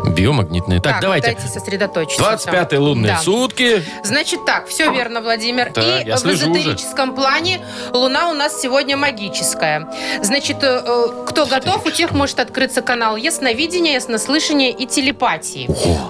[SPEAKER 2] Биомагнитные. Так, давайте.
[SPEAKER 3] Давайте сосредоточиться.
[SPEAKER 2] 25-е лунные
[SPEAKER 3] Да.
[SPEAKER 2] сутки.
[SPEAKER 3] Значит так, все верно, Владимир.
[SPEAKER 2] Так,
[SPEAKER 3] И
[SPEAKER 2] я
[SPEAKER 3] в
[SPEAKER 2] слежу уже.
[SPEAKER 3] эзотерическом плане Луна у нас сегодня магическая. Значит, э, э, кто готов, у тех может открыться канал ясновидения, яснослышания и телепатии.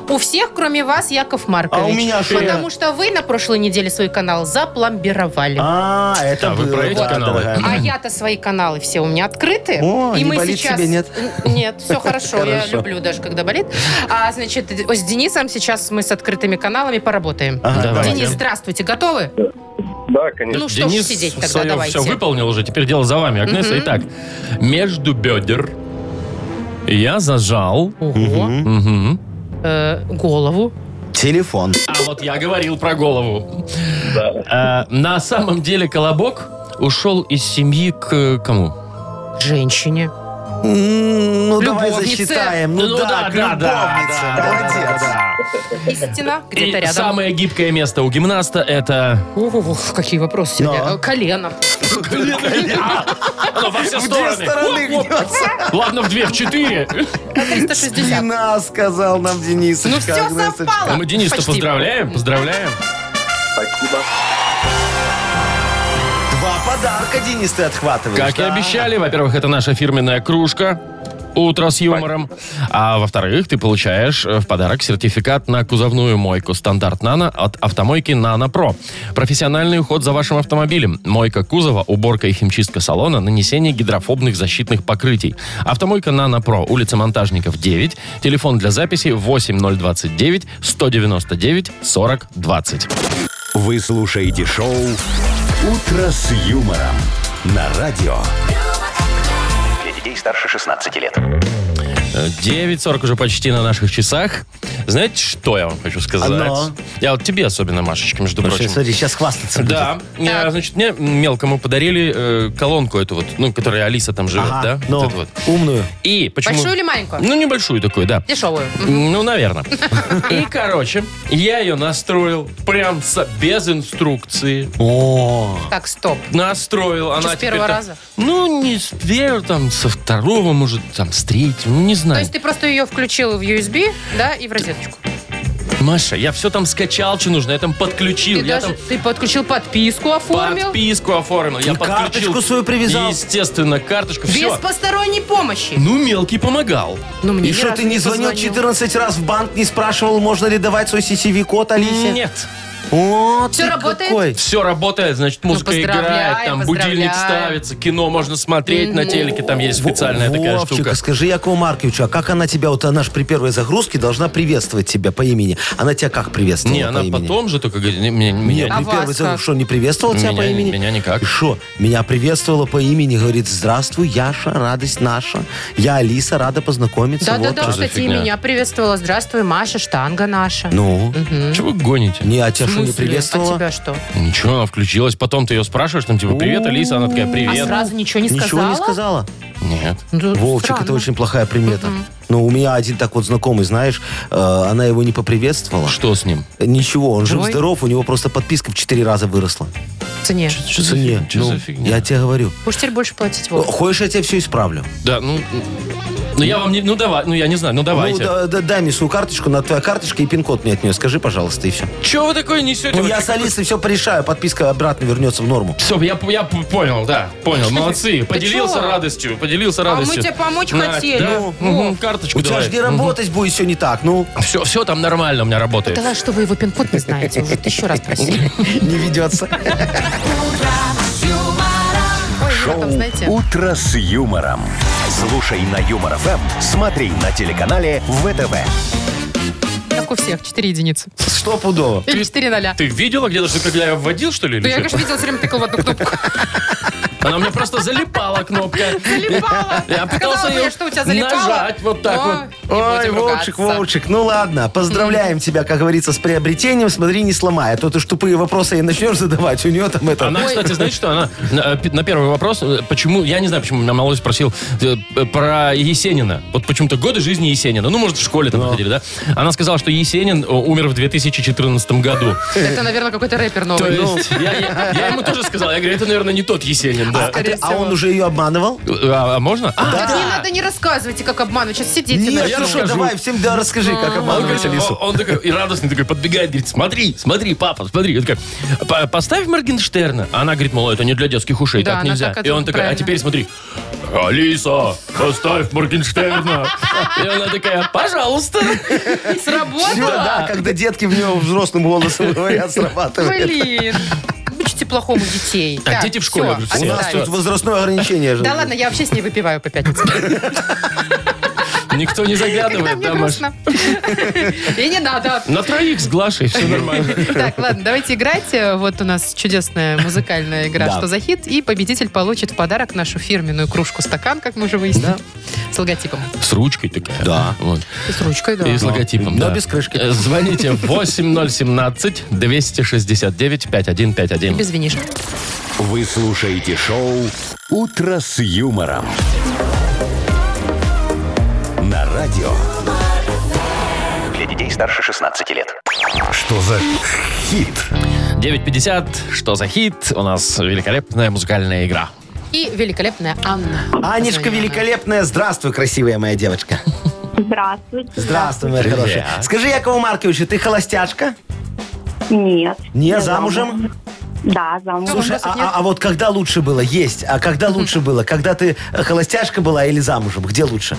[SPEAKER 3] У всех, кроме вас, Яков Маркович.
[SPEAKER 4] А у меня что?
[SPEAKER 3] Потому что вы на прошлой неделе свой канал запломбировали. А,
[SPEAKER 4] А, это
[SPEAKER 2] Да, вы
[SPEAKER 4] было,
[SPEAKER 2] про эти
[SPEAKER 4] да,
[SPEAKER 2] каналы?
[SPEAKER 4] дорогая.
[SPEAKER 3] я-то свои каналы все у меня открыты.
[SPEAKER 4] О,
[SPEAKER 3] и
[SPEAKER 4] не
[SPEAKER 3] мы
[SPEAKER 4] болит
[SPEAKER 3] сейчас...
[SPEAKER 4] тебе, нет?
[SPEAKER 3] Н- Нет, все хорошо. Я
[SPEAKER 4] Хорошо.
[SPEAKER 3] люблю даже, когда болит. А, значит, с Денисом сейчас мы с открытыми каналами поработаем.
[SPEAKER 4] Ага,
[SPEAKER 2] Давай.
[SPEAKER 4] А, давайте.
[SPEAKER 3] Денис, здравствуйте, готовы?
[SPEAKER 7] Да, конечно.
[SPEAKER 3] Ну что ж
[SPEAKER 2] Э, Денис
[SPEAKER 3] сидеть тогда,
[SPEAKER 2] свое
[SPEAKER 3] давайте.
[SPEAKER 2] все выполнил уже, теперь дело за вами, Агнеса.
[SPEAKER 3] Мгм.
[SPEAKER 2] Итак, между бедер я зажал
[SPEAKER 3] Ого.
[SPEAKER 2] мгм,
[SPEAKER 3] Э, голову.
[SPEAKER 4] Телефон.
[SPEAKER 2] А вот я говорил про голову. А, на самом деле колобок ушел из семьи к э, кому?
[SPEAKER 3] Женщине.
[SPEAKER 4] М, Ну, давай
[SPEAKER 3] Любовнице.
[SPEAKER 4] засчитаем. Ну, да, к любовнице. Молодец.
[SPEAKER 3] Истина где-то
[SPEAKER 2] И
[SPEAKER 3] рядом.
[SPEAKER 2] самое гибкое место у гимнаста это...
[SPEAKER 3] Ох, какие вопросы сегодня.
[SPEAKER 4] Да.
[SPEAKER 3] Э, Колено.
[SPEAKER 2] Оно во все
[SPEAKER 4] ну В две стороны гнется.
[SPEAKER 2] Ладно, в две, в четыре.
[SPEAKER 3] 360.
[SPEAKER 4] Спина, сказал нам Денис.
[SPEAKER 3] Ну все совпало.
[SPEAKER 2] Мы Дениса
[SPEAKER 3] Почти.
[SPEAKER 2] поздравляем, поздравляем.
[SPEAKER 7] Спасибо.
[SPEAKER 4] Два подарка, Денис, ты отхватываешь.
[SPEAKER 2] Как и
[SPEAKER 4] да?
[SPEAKER 2] обещали, во-первых, это наша фирменная кружка «Утро с юмором». А во-вторых, ты получаешь э, в подарок сертификат на кузовную мойку «Стандарт Нано» от автомойки «Нано Про». Профессиональный уход за вашим автомобилем. Мойка кузова, уборка и химчистка салона, нанесение гидрофобных защитных покрытий. Автомойка «Нано Про», улица Монтажников, 9. Телефон для записи 8029 199 40 20.
[SPEAKER 1] Вы слушаете шоу «Утро с юмором» на радио.
[SPEAKER 6] Для детей старше 16 лет.
[SPEAKER 2] 9.40 уже почти на наших часах. Знаете, что я вам хочу сказать?
[SPEAKER 4] Оно.
[SPEAKER 2] Я вот тебе особенно, Машечка, между
[SPEAKER 4] Ну,
[SPEAKER 2] прочим.
[SPEAKER 4] щас, Смотри, сейчас хвастаться будет.
[SPEAKER 2] Да, Я, значит, мне мелкому подарили э, колонку эту вот, ну, которая Алиса там живет,
[SPEAKER 4] Ага,
[SPEAKER 2] да?
[SPEAKER 4] ну,
[SPEAKER 2] Вот эту вот.
[SPEAKER 4] умную.
[SPEAKER 2] И почему...
[SPEAKER 3] Большую или маленькую?
[SPEAKER 2] Ну, небольшую такую, да.
[SPEAKER 3] Дешевую.
[SPEAKER 2] Ну, наверное. И, короче, я ее настроил прям со- без инструкции.
[SPEAKER 4] О,
[SPEAKER 3] Так, стоп.
[SPEAKER 2] Настроил. Она
[SPEAKER 3] с
[SPEAKER 2] теперь
[SPEAKER 3] первого
[SPEAKER 2] там-
[SPEAKER 3] раза?
[SPEAKER 2] Ну, не с первого, там, со второго, может, там, с третьего, ну, не знаю.
[SPEAKER 3] То есть ты просто ее включил в USB, да, и в розеточку.
[SPEAKER 2] Маша, я все там скачал, что нужно, я там подключил,
[SPEAKER 3] Ты
[SPEAKER 2] я
[SPEAKER 3] даже
[SPEAKER 2] там
[SPEAKER 3] ты подключил подписку, оформил.
[SPEAKER 2] подписку оформил, я
[SPEAKER 4] И
[SPEAKER 2] подключил.
[SPEAKER 4] карточку свою привязал.
[SPEAKER 2] Естественно, карточку,
[SPEAKER 3] Без
[SPEAKER 2] все.
[SPEAKER 3] посторонней помощи.
[SPEAKER 2] Ну, мелкий помогал.
[SPEAKER 3] Ну, мне
[SPEAKER 4] И
[SPEAKER 3] ни
[SPEAKER 4] что,
[SPEAKER 3] разу
[SPEAKER 4] ты не звонил 14 раз в банк, не спрашивал, можно ли давать свой CCV-код Алисе?
[SPEAKER 2] Нет.
[SPEAKER 4] О,
[SPEAKER 3] Всё
[SPEAKER 4] ты
[SPEAKER 3] работает?
[SPEAKER 4] какой.
[SPEAKER 2] Все работает,
[SPEAKER 3] Ну,
[SPEAKER 2] значит, музыка
[SPEAKER 3] поздравляем,
[SPEAKER 2] играет, там будильник
[SPEAKER 3] поздравляем.
[SPEAKER 2] ставится, кино можно смотреть на телеке, там есть специальная такая
[SPEAKER 4] Вовчик,
[SPEAKER 2] штука.
[SPEAKER 4] а скажи Якову Марковичу, а как она тебя, вот она ж при первой загрузке должна приветствовать тебя по имени. Она тебя как приветствовала
[SPEAKER 2] Не,
[SPEAKER 4] по
[SPEAKER 2] она
[SPEAKER 4] имени?
[SPEAKER 2] потом же только говорит, не, меня, меня
[SPEAKER 4] Нет, ну,
[SPEAKER 3] А
[SPEAKER 4] при
[SPEAKER 3] вас
[SPEAKER 4] первой загрузке
[SPEAKER 3] как?
[SPEAKER 4] что, не приветствовала тебя
[SPEAKER 2] Меня-
[SPEAKER 4] по имени?
[SPEAKER 2] меня никак.
[SPEAKER 4] И Что? Меня приветствовала по имени, говорит, здравствуй, Яша, радость наша. Я Алиса, рада познакомиться.
[SPEAKER 3] Да, да,
[SPEAKER 4] Вот
[SPEAKER 3] да,
[SPEAKER 4] так.
[SPEAKER 2] за
[SPEAKER 3] кстати, и
[SPEAKER 2] фигня?
[SPEAKER 3] меня приветствовала. Здравствуй, Маша, штанга наша.
[SPEAKER 4] Ну,
[SPEAKER 2] не- Чего вы гоните?
[SPEAKER 4] не, а тебя
[SPEAKER 3] В
[SPEAKER 4] что, не
[SPEAKER 3] смысле?
[SPEAKER 4] приветствовала?
[SPEAKER 3] А тебя что?
[SPEAKER 2] Ничего, она включилась, потом ты ее спрашиваешь, там типа, привет, Алиса, она такая,
[SPEAKER 3] А
[SPEAKER 2] привет.
[SPEAKER 3] сразу ничего не сказала?
[SPEAKER 4] Ничего не сказала?
[SPEAKER 2] Нет.
[SPEAKER 3] Ну,
[SPEAKER 4] Вовчик, это
[SPEAKER 3] странно.
[SPEAKER 4] очень плохая примета. Но у меня один так вот знакомый, знаешь, э, она его не поприветствовала.
[SPEAKER 2] Что с ним?
[SPEAKER 4] Ничего, он
[SPEAKER 3] Живой?
[SPEAKER 4] жив-здоров, у него просто подписка в 4 раза выросла.
[SPEAKER 3] В цене.
[SPEAKER 2] Что за
[SPEAKER 4] Цене.
[SPEAKER 2] фигня? Чё
[SPEAKER 4] Ну,
[SPEAKER 2] за фигня?
[SPEAKER 4] Я тебе говорю.
[SPEAKER 3] Будешь теперь больше платить,
[SPEAKER 4] Ну,
[SPEAKER 3] Вов.
[SPEAKER 4] Хочешь, я тебе все исправлю?
[SPEAKER 2] Да, ну, ну я вам не, ну давай, ну я не знаю, ну
[SPEAKER 4] Ну,
[SPEAKER 2] давайте.
[SPEAKER 4] да- да- дай мне свою карточку, на твоя карточка и пин-код мне от нее. Скажи, пожалуйста, и все.
[SPEAKER 2] Чего вы такое несете?
[SPEAKER 4] Ну, я с Алисой все порешаю, подписка обратно вернется в норму.
[SPEAKER 2] Все, я, я понял, да, понял, молодцы. Поделился
[SPEAKER 3] чего?
[SPEAKER 2] радостью, поделился
[SPEAKER 3] А
[SPEAKER 2] радостью.
[SPEAKER 3] мы тебе помочь
[SPEAKER 2] На,
[SPEAKER 3] хотели.
[SPEAKER 2] да?
[SPEAKER 3] Вов.
[SPEAKER 2] Мгм, Карточку
[SPEAKER 4] У тебя же не работать будет все не так, ну,
[SPEAKER 2] Все, все там нормально у меня работает.
[SPEAKER 3] Да что вы его пин-код не знаете, уже тысячу раз просили.
[SPEAKER 4] не ведется.
[SPEAKER 3] Ой, ну,
[SPEAKER 1] Шоу
[SPEAKER 3] там, знаете,
[SPEAKER 1] «Утро с юмором». Слушай на Юмор ФМ, смотри на телеканале ВТВ.
[SPEAKER 3] как у всех, 4 единицы.
[SPEAKER 4] Стопудово.
[SPEAKER 3] Или 4 ноля.
[SPEAKER 2] Ты видела где-то, что когда я вводил, что ли? или
[SPEAKER 3] Да я,
[SPEAKER 2] что?
[SPEAKER 3] конечно, видел, все время тыкал в одну кнопку.
[SPEAKER 2] Она у меня просто залипала кнопка.
[SPEAKER 3] Залипала.
[SPEAKER 2] Я пытался
[SPEAKER 3] Сказала бы
[SPEAKER 2] ее
[SPEAKER 3] я, что у тебя залипало.
[SPEAKER 2] нажать вот так
[SPEAKER 3] Но
[SPEAKER 2] вот.
[SPEAKER 3] не
[SPEAKER 4] Ой,
[SPEAKER 3] будем
[SPEAKER 4] Вовчик,
[SPEAKER 3] ругаться.
[SPEAKER 4] Вовчик, ну ладно, поздравляем тебя, как говорится, с приобретением, смотри, не сломай, а то ты ж тупые вопросы и начнешь задавать, у нее там это...
[SPEAKER 2] Она, кстати, знаете что? Она на, э, пи- на первый вопрос, э, почему, я не знаю, почему меня малой спросил э, э, про Есенина. Вот почему-то годы жизни Есенина. Ну, может, в школе там ходили, да? Она сказала, что Есенин э, умер в 2014 году.
[SPEAKER 3] Это, наверное, какой-то рэпер
[SPEAKER 2] То
[SPEAKER 3] новый.
[SPEAKER 2] есть, я, я- я ему тоже сказал, я говорю, это, наверное, не тот Есенин, да.
[SPEAKER 4] А ты- а
[SPEAKER 3] всего.
[SPEAKER 4] он уже ее обманывал?
[SPEAKER 2] А, а можно? А,
[SPEAKER 3] Так не надо, не рассказывайте, как обманывать. Сейчас сидите.
[SPEAKER 4] Нет,
[SPEAKER 2] я
[SPEAKER 4] ну что,
[SPEAKER 2] расскажу.
[SPEAKER 4] давай, всем да расскажи, как
[SPEAKER 2] Он, говорит,
[SPEAKER 4] обманывать Алису.
[SPEAKER 2] он- он такой и радостный такой подбегает, говорит, смотри, смотри, папа, смотри. Он такой, «По- поставь Моргенштерна. А Она говорит, мол, это не для детских ушей,
[SPEAKER 3] Да,
[SPEAKER 2] так
[SPEAKER 3] она
[SPEAKER 2] нельзя.
[SPEAKER 3] так
[SPEAKER 2] и он
[SPEAKER 3] это
[SPEAKER 2] такой, а
[SPEAKER 3] правильно.
[SPEAKER 2] теперь смотри, Алиса, поставь Моргенштерна. И она такая, пожалуйста.
[SPEAKER 4] Всё,
[SPEAKER 3] Сработало?
[SPEAKER 4] Ну да, когда детки в него взрослым голосом говорят, срабатывает.
[SPEAKER 3] Блин. Учите плохому детей.
[SPEAKER 2] Так, А дети в школе
[SPEAKER 3] всё,
[SPEAKER 2] уже все.
[SPEAKER 4] У нас
[SPEAKER 3] отставить.
[SPEAKER 4] тут возрастное ограничение же.
[SPEAKER 3] Да ладно, я вообще с ней выпиваю по пятницам.
[SPEAKER 2] Никто не
[SPEAKER 3] Когда
[SPEAKER 2] заглядывает,
[SPEAKER 3] мне
[SPEAKER 2] да, Маш?
[SPEAKER 3] грустно. И не надо.
[SPEAKER 2] На троих с Глашей все нормально.
[SPEAKER 3] Так, ладно, давайте играть. Э, Вот у нас чудесная музыкальная игра
[SPEAKER 4] Да.
[SPEAKER 3] «Что за хит?» И победитель получит в подарок нашу фирменную кружку-стакан, как мы уже выяснили, с логотипом.
[SPEAKER 2] С ручкой такая.
[SPEAKER 4] Да.
[SPEAKER 2] Вот.
[SPEAKER 3] И с ручкой, да.
[SPEAKER 2] И с логотипом,
[SPEAKER 4] но
[SPEAKER 2] да.
[SPEAKER 4] без крышки.
[SPEAKER 2] Э, Звоните 8017-269-5151.
[SPEAKER 3] Без винишек.
[SPEAKER 1] Вы слушаете шоу «Утро с юмором». На радио.
[SPEAKER 6] Для детей старше 16 лет.
[SPEAKER 1] Что за хит?
[SPEAKER 2] 9.50. Что за хит? У нас великолепная музыкальная игра.
[SPEAKER 3] И великолепная Анна.
[SPEAKER 4] Анечка
[SPEAKER 3] Позвонила.
[SPEAKER 4] великолепная, здравствуй, красивая моя девочка.
[SPEAKER 10] Здравствуйте.
[SPEAKER 4] Здравствуй, моя
[SPEAKER 2] Привет.
[SPEAKER 4] хорошая. Скажи, Якову Марковичу, ты холостячка?
[SPEAKER 10] Нет.
[SPEAKER 4] Не
[SPEAKER 10] Я
[SPEAKER 4] замужем?
[SPEAKER 10] Да, замужем.
[SPEAKER 4] Слушай,
[SPEAKER 3] вопросов
[SPEAKER 4] а,
[SPEAKER 3] нет?
[SPEAKER 4] а- а вот когда лучше было? Есть. А когда лучше было? Когда ты холостяшка была или замужем? Где лужа?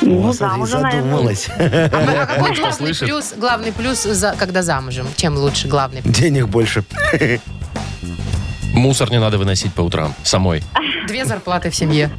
[SPEAKER 10] ну,
[SPEAKER 4] О, смотри,
[SPEAKER 10] замужем, наверное.
[SPEAKER 4] задумалась.
[SPEAKER 3] А какой главный
[SPEAKER 2] слышит.
[SPEAKER 3] плюс, главный плюс, за- когда замужем? Чем лучше главный плюс?
[SPEAKER 4] Денег больше.
[SPEAKER 2] Мусор не надо выносить по утрам самой.
[SPEAKER 3] Две зарплаты в семье.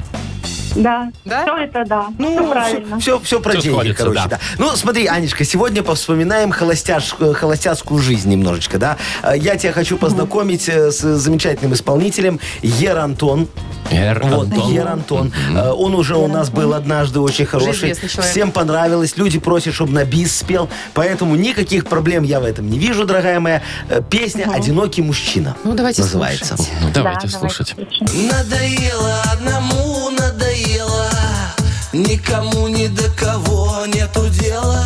[SPEAKER 10] Да.
[SPEAKER 3] Да?
[SPEAKER 10] Все это да.
[SPEAKER 4] Ну,
[SPEAKER 10] Всё правильно.
[SPEAKER 4] все, все про
[SPEAKER 2] Всё
[SPEAKER 4] деньги,
[SPEAKER 2] сходится,
[SPEAKER 4] короче,
[SPEAKER 2] да.
[SPEAKER 4] да. Ну, смотри, Анечка, сегодня повспоминаем холостяж, э, холостяцкую жизнь немножечко, да. Э, Я тебя хочу познакомить э, с замечательным исполнителем Ер Антон.
[SPEAKER 2] Эр
[SPEAKER 4] Вот,
[SPEAKER 2] Антон.
[SPEAKER 4] Ер Антон. Э, Он уже у нас был однажды очень хороший.
[SPEAKER 3] известный человек.
[SPEAKER 4] Всем понравилось. Люди просят, чтобы на бис спел. Поэтому никаких проблем я в этом не вижу, дорогая моя. Э, Песня «Одинокий мужчина»
[SPEAKER 3] Ну, давайте
[SPEAKER 4] называется.
[SPEAKER 3] слушать.
[SPEAKER 2] Ну,
[SPEAKER 10] Да,
[SPEAKER 2] давайте
[SPEAKER 10] давайте
[SPEAKER 2] слушать.
[SPEAKER 10] слушаем.
[SPEAKER 11] Надоело одному, надоело Никому ни до кого нету дела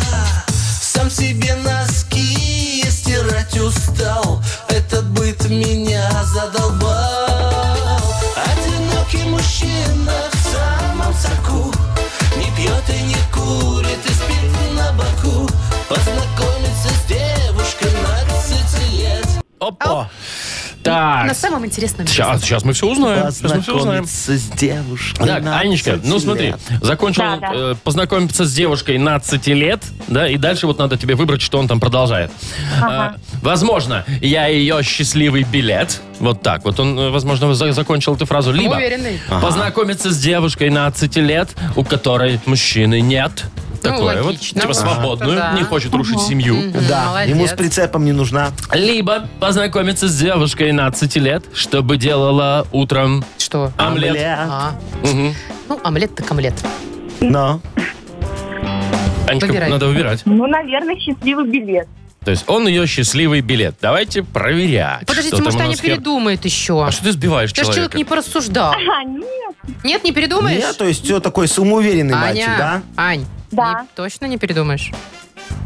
[SPEAKER 11] Сам себе носки стирать устал Этот быт меня задолбал Одинокий мужчина в самом соку Не пьет и не курит и спит на боку Познакомиться с девушкой на 20 лет
[SPEAKER 2] Опа. Так.
[SPEAKER 3] На самом интересном месте.
[SPEAKER 2] А Сейчас, сейчас мы все узнаем. Сейчас Э, мы все узнаем.
[SPEAKER 4] Познакомиться с девушкой.
[SPEAKER 2] Так,
[SPEAKER 4] на
[SPEAKER 2] Анечка, ну
[SPEAKER 4] 20
[SPEAKER 2] смотри,
[SPEAKER 4] лет.
[SPEAKER 2] закончил
[SPEAKER 10] Да, да.
[SPEAKER 2] э, познакомиться с девушкой 12 лет, да, и дальше вот надо тебе выбрать, что он там продолжает.
[SPEAKER 10] Ага.
[SPEAKER 2] Э, возможно, я ее счастливый билет, вот так, вот он, э, возможно, за- закончил эту фразу, либо
[SPEAKER 3] Уверенный.
[SPEAKER 2] познакомиться с девушкой 12 лет, у которой мужчины нет,
[SPEAKER 3] Ну,
[SPEAKER 2] такое вот,
[SPEAKER 3] логично.
[SPEAKER 2] типа
[SPEAKER 3] Ага.
[SPEAKER 2] свободную,
[SPEAKER 3] Да.
[SPEAKER 2] не хочет рушить семью.
[SPEAKER 4] Да,
[SPEAKER 3] Молодец.
[SPEAKER 4] ему с прицепом не нужна.
[SPEAKER 2] Либо познакомиться с девушкой 12 лет, чтобы делала утром
[SPEAKER 3] Что?
[SPEAKER 2] омлет.
[SPEAKER 4] Бля.
[SPEAKER 3] А.
[SPEAKER 2] Мгм.
[SPEAKER 3] Ну, омлет так омлет.
[SPEAKER 4] Но.
[SPEAKER 2] Анечка,
[SPEAKER 3] Выбирай.
[SPEAKER 2] надо выбирать.
[SPEAKER 10] Ну, наверное, счастливый билет.
[SPEAKER 2] То есть он ее счастливый билет. Давайте проверять.
[SPEAKER 3] Подождите,
[SPEAKER 2] что там
[SPEAKER 3] может,
[SPEAKER 2] у нас
[SPEAKER 3] Аня
[SPEAKER 2] с кем-
[SPEAKER 3] передумает еще.
[SPEAKER 2] А что ты сбиваешь
[SPEAKER 3] Сейчас
[SPEAKER 2] человека?
[SPEAKER 3] человек не порассуждал.
[SPEAKER 10] А, нет,
[SPEAKER 3] Нет, не передумаешь?
[SPEAKER 4] Нет, то есть все такой самоуверенный мальчик,
[SPEAKER 3] Аня,
[SPEAKER 4] да?
[SPEAKER 3] Ань,
[SPEAKER 10] Да.
[SPEAKER 3] не- точно не передумаешь?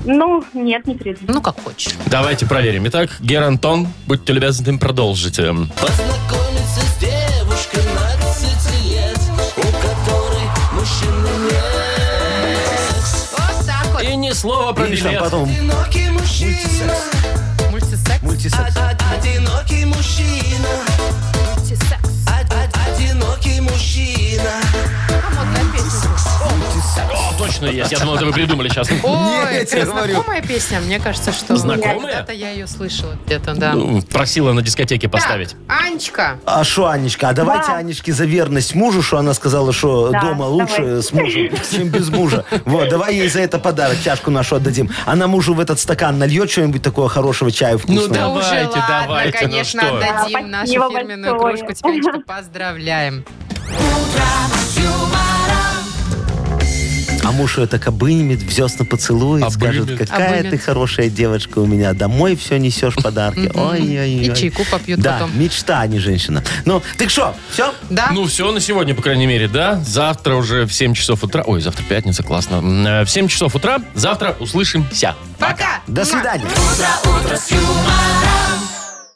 [SPEAKER 10] ну, нет, не приду.
[SPEAKER 3] Ну, как хочешь.
[SPEAKER 2] Давайте проверим. Итак, Гер Антон, будьте любезны, продолжите.
[SPEAKER 11] Познакомиться с девушкой на 20 лет, у которой мужчины нет.
[SPEAKER 3] Вот так вот.
[SPEAKER 2] И ни слова про
[SPEAKER 4] Видишь, там
[SPEAKER 2] билет.
[SPEAKER 4] потом
[SPEAKER 11] Одинокий мужчина,
[SPEAKER 3] Мультисекс.
[SPEAKER 4] мультисекс.
[SPEAKER 11] од- одинокий мужчина,
[SPEAKER 3] Мультисекс.
[SPEAKER 11] од- од- одинокий мужчина.
[SPEAKER 3] А модная песня.
[SPEAKER 11] Мультисекс.
[SPEAKER 2] О, точно есть. Я думал, это вы придумали сейчас.
[SPEAKER 3] Ой,
[SPEAKER 4] я тебе
[SPEAKER 3] это
[SPEAKER 4] говорю.
[SPEAKER 3] знакомая песня, мне кажется, что...
[SPEAKER 2] Знакомая?
[SPEAKER 3] Когда-то я ее слышала где-то, да.
[SPEAKER 2] Ну, Просила на дискотеке поставить.
[SPEAKER 3] Так, Анечка,
[SPEAKER 4] А что, Анечка, а давайте
[SPEAKER 10] Да.
[SPEAKER 4] Анечке за верность мужу, что она сказала, что
[SPEAKER 10] Да,
[SPEAKER 4] дома лучше
[SPEAKER 10] давай.
[SPEAKER 4] с мужем, чем без мужа. Вот, давай ей за это подарок, чашку нашу отдадим. Она мужу в этот стакан нальет что-нибудь такое хорошего чая вкусного.
[SPEAKER 2] Ну да. Давайте,
[SPEAKER 3] уже ладно,
[SPEAKER 2] давайте, ну
[SPEAKER 3] конечно,
[SPEAKER 2] что?
[SPEAKER 10] Да,
[SPEAKER 3] отдадим нашу
[SPEAKER 10] спасибо
[SPEAKER 3] фирменную
[SPEAKER 10] большое.
[SPEAKER 3] кружку. Тебя, Анечка, поздравляем.
[SPEAKER 4] А муж ее так обнимет, весна поцелует, скажет,
[SPEAKER 2] Обнимет.
[SPEAKER 4] какая ты
[SPEAKER 3] Обнимет.
[SPEAKER 4] хорошая девочка у меня, домой все несешь подарки. Ой-ой-ой.
[SPEAKER 3] И чайку попьют
[SPEAKER 4] да,
[SPEAKER 3] потом.
[SPEAKER 4] мечта, а не женщина. Ну, так что, все?
[SPEAKER 3] Да?
[SPEAKER 2] Ну, все на сегодня, по крайней мере, да. Завтра уже в 7 часов утра. Ой, завтра пятница, классно. М, э, В 7 часов утра завтра услышимся.
[SPEAKER 3] Пока!
[SPEAKER 4] До свидания.
[SPEAKER 11] Утро, утро с юмором.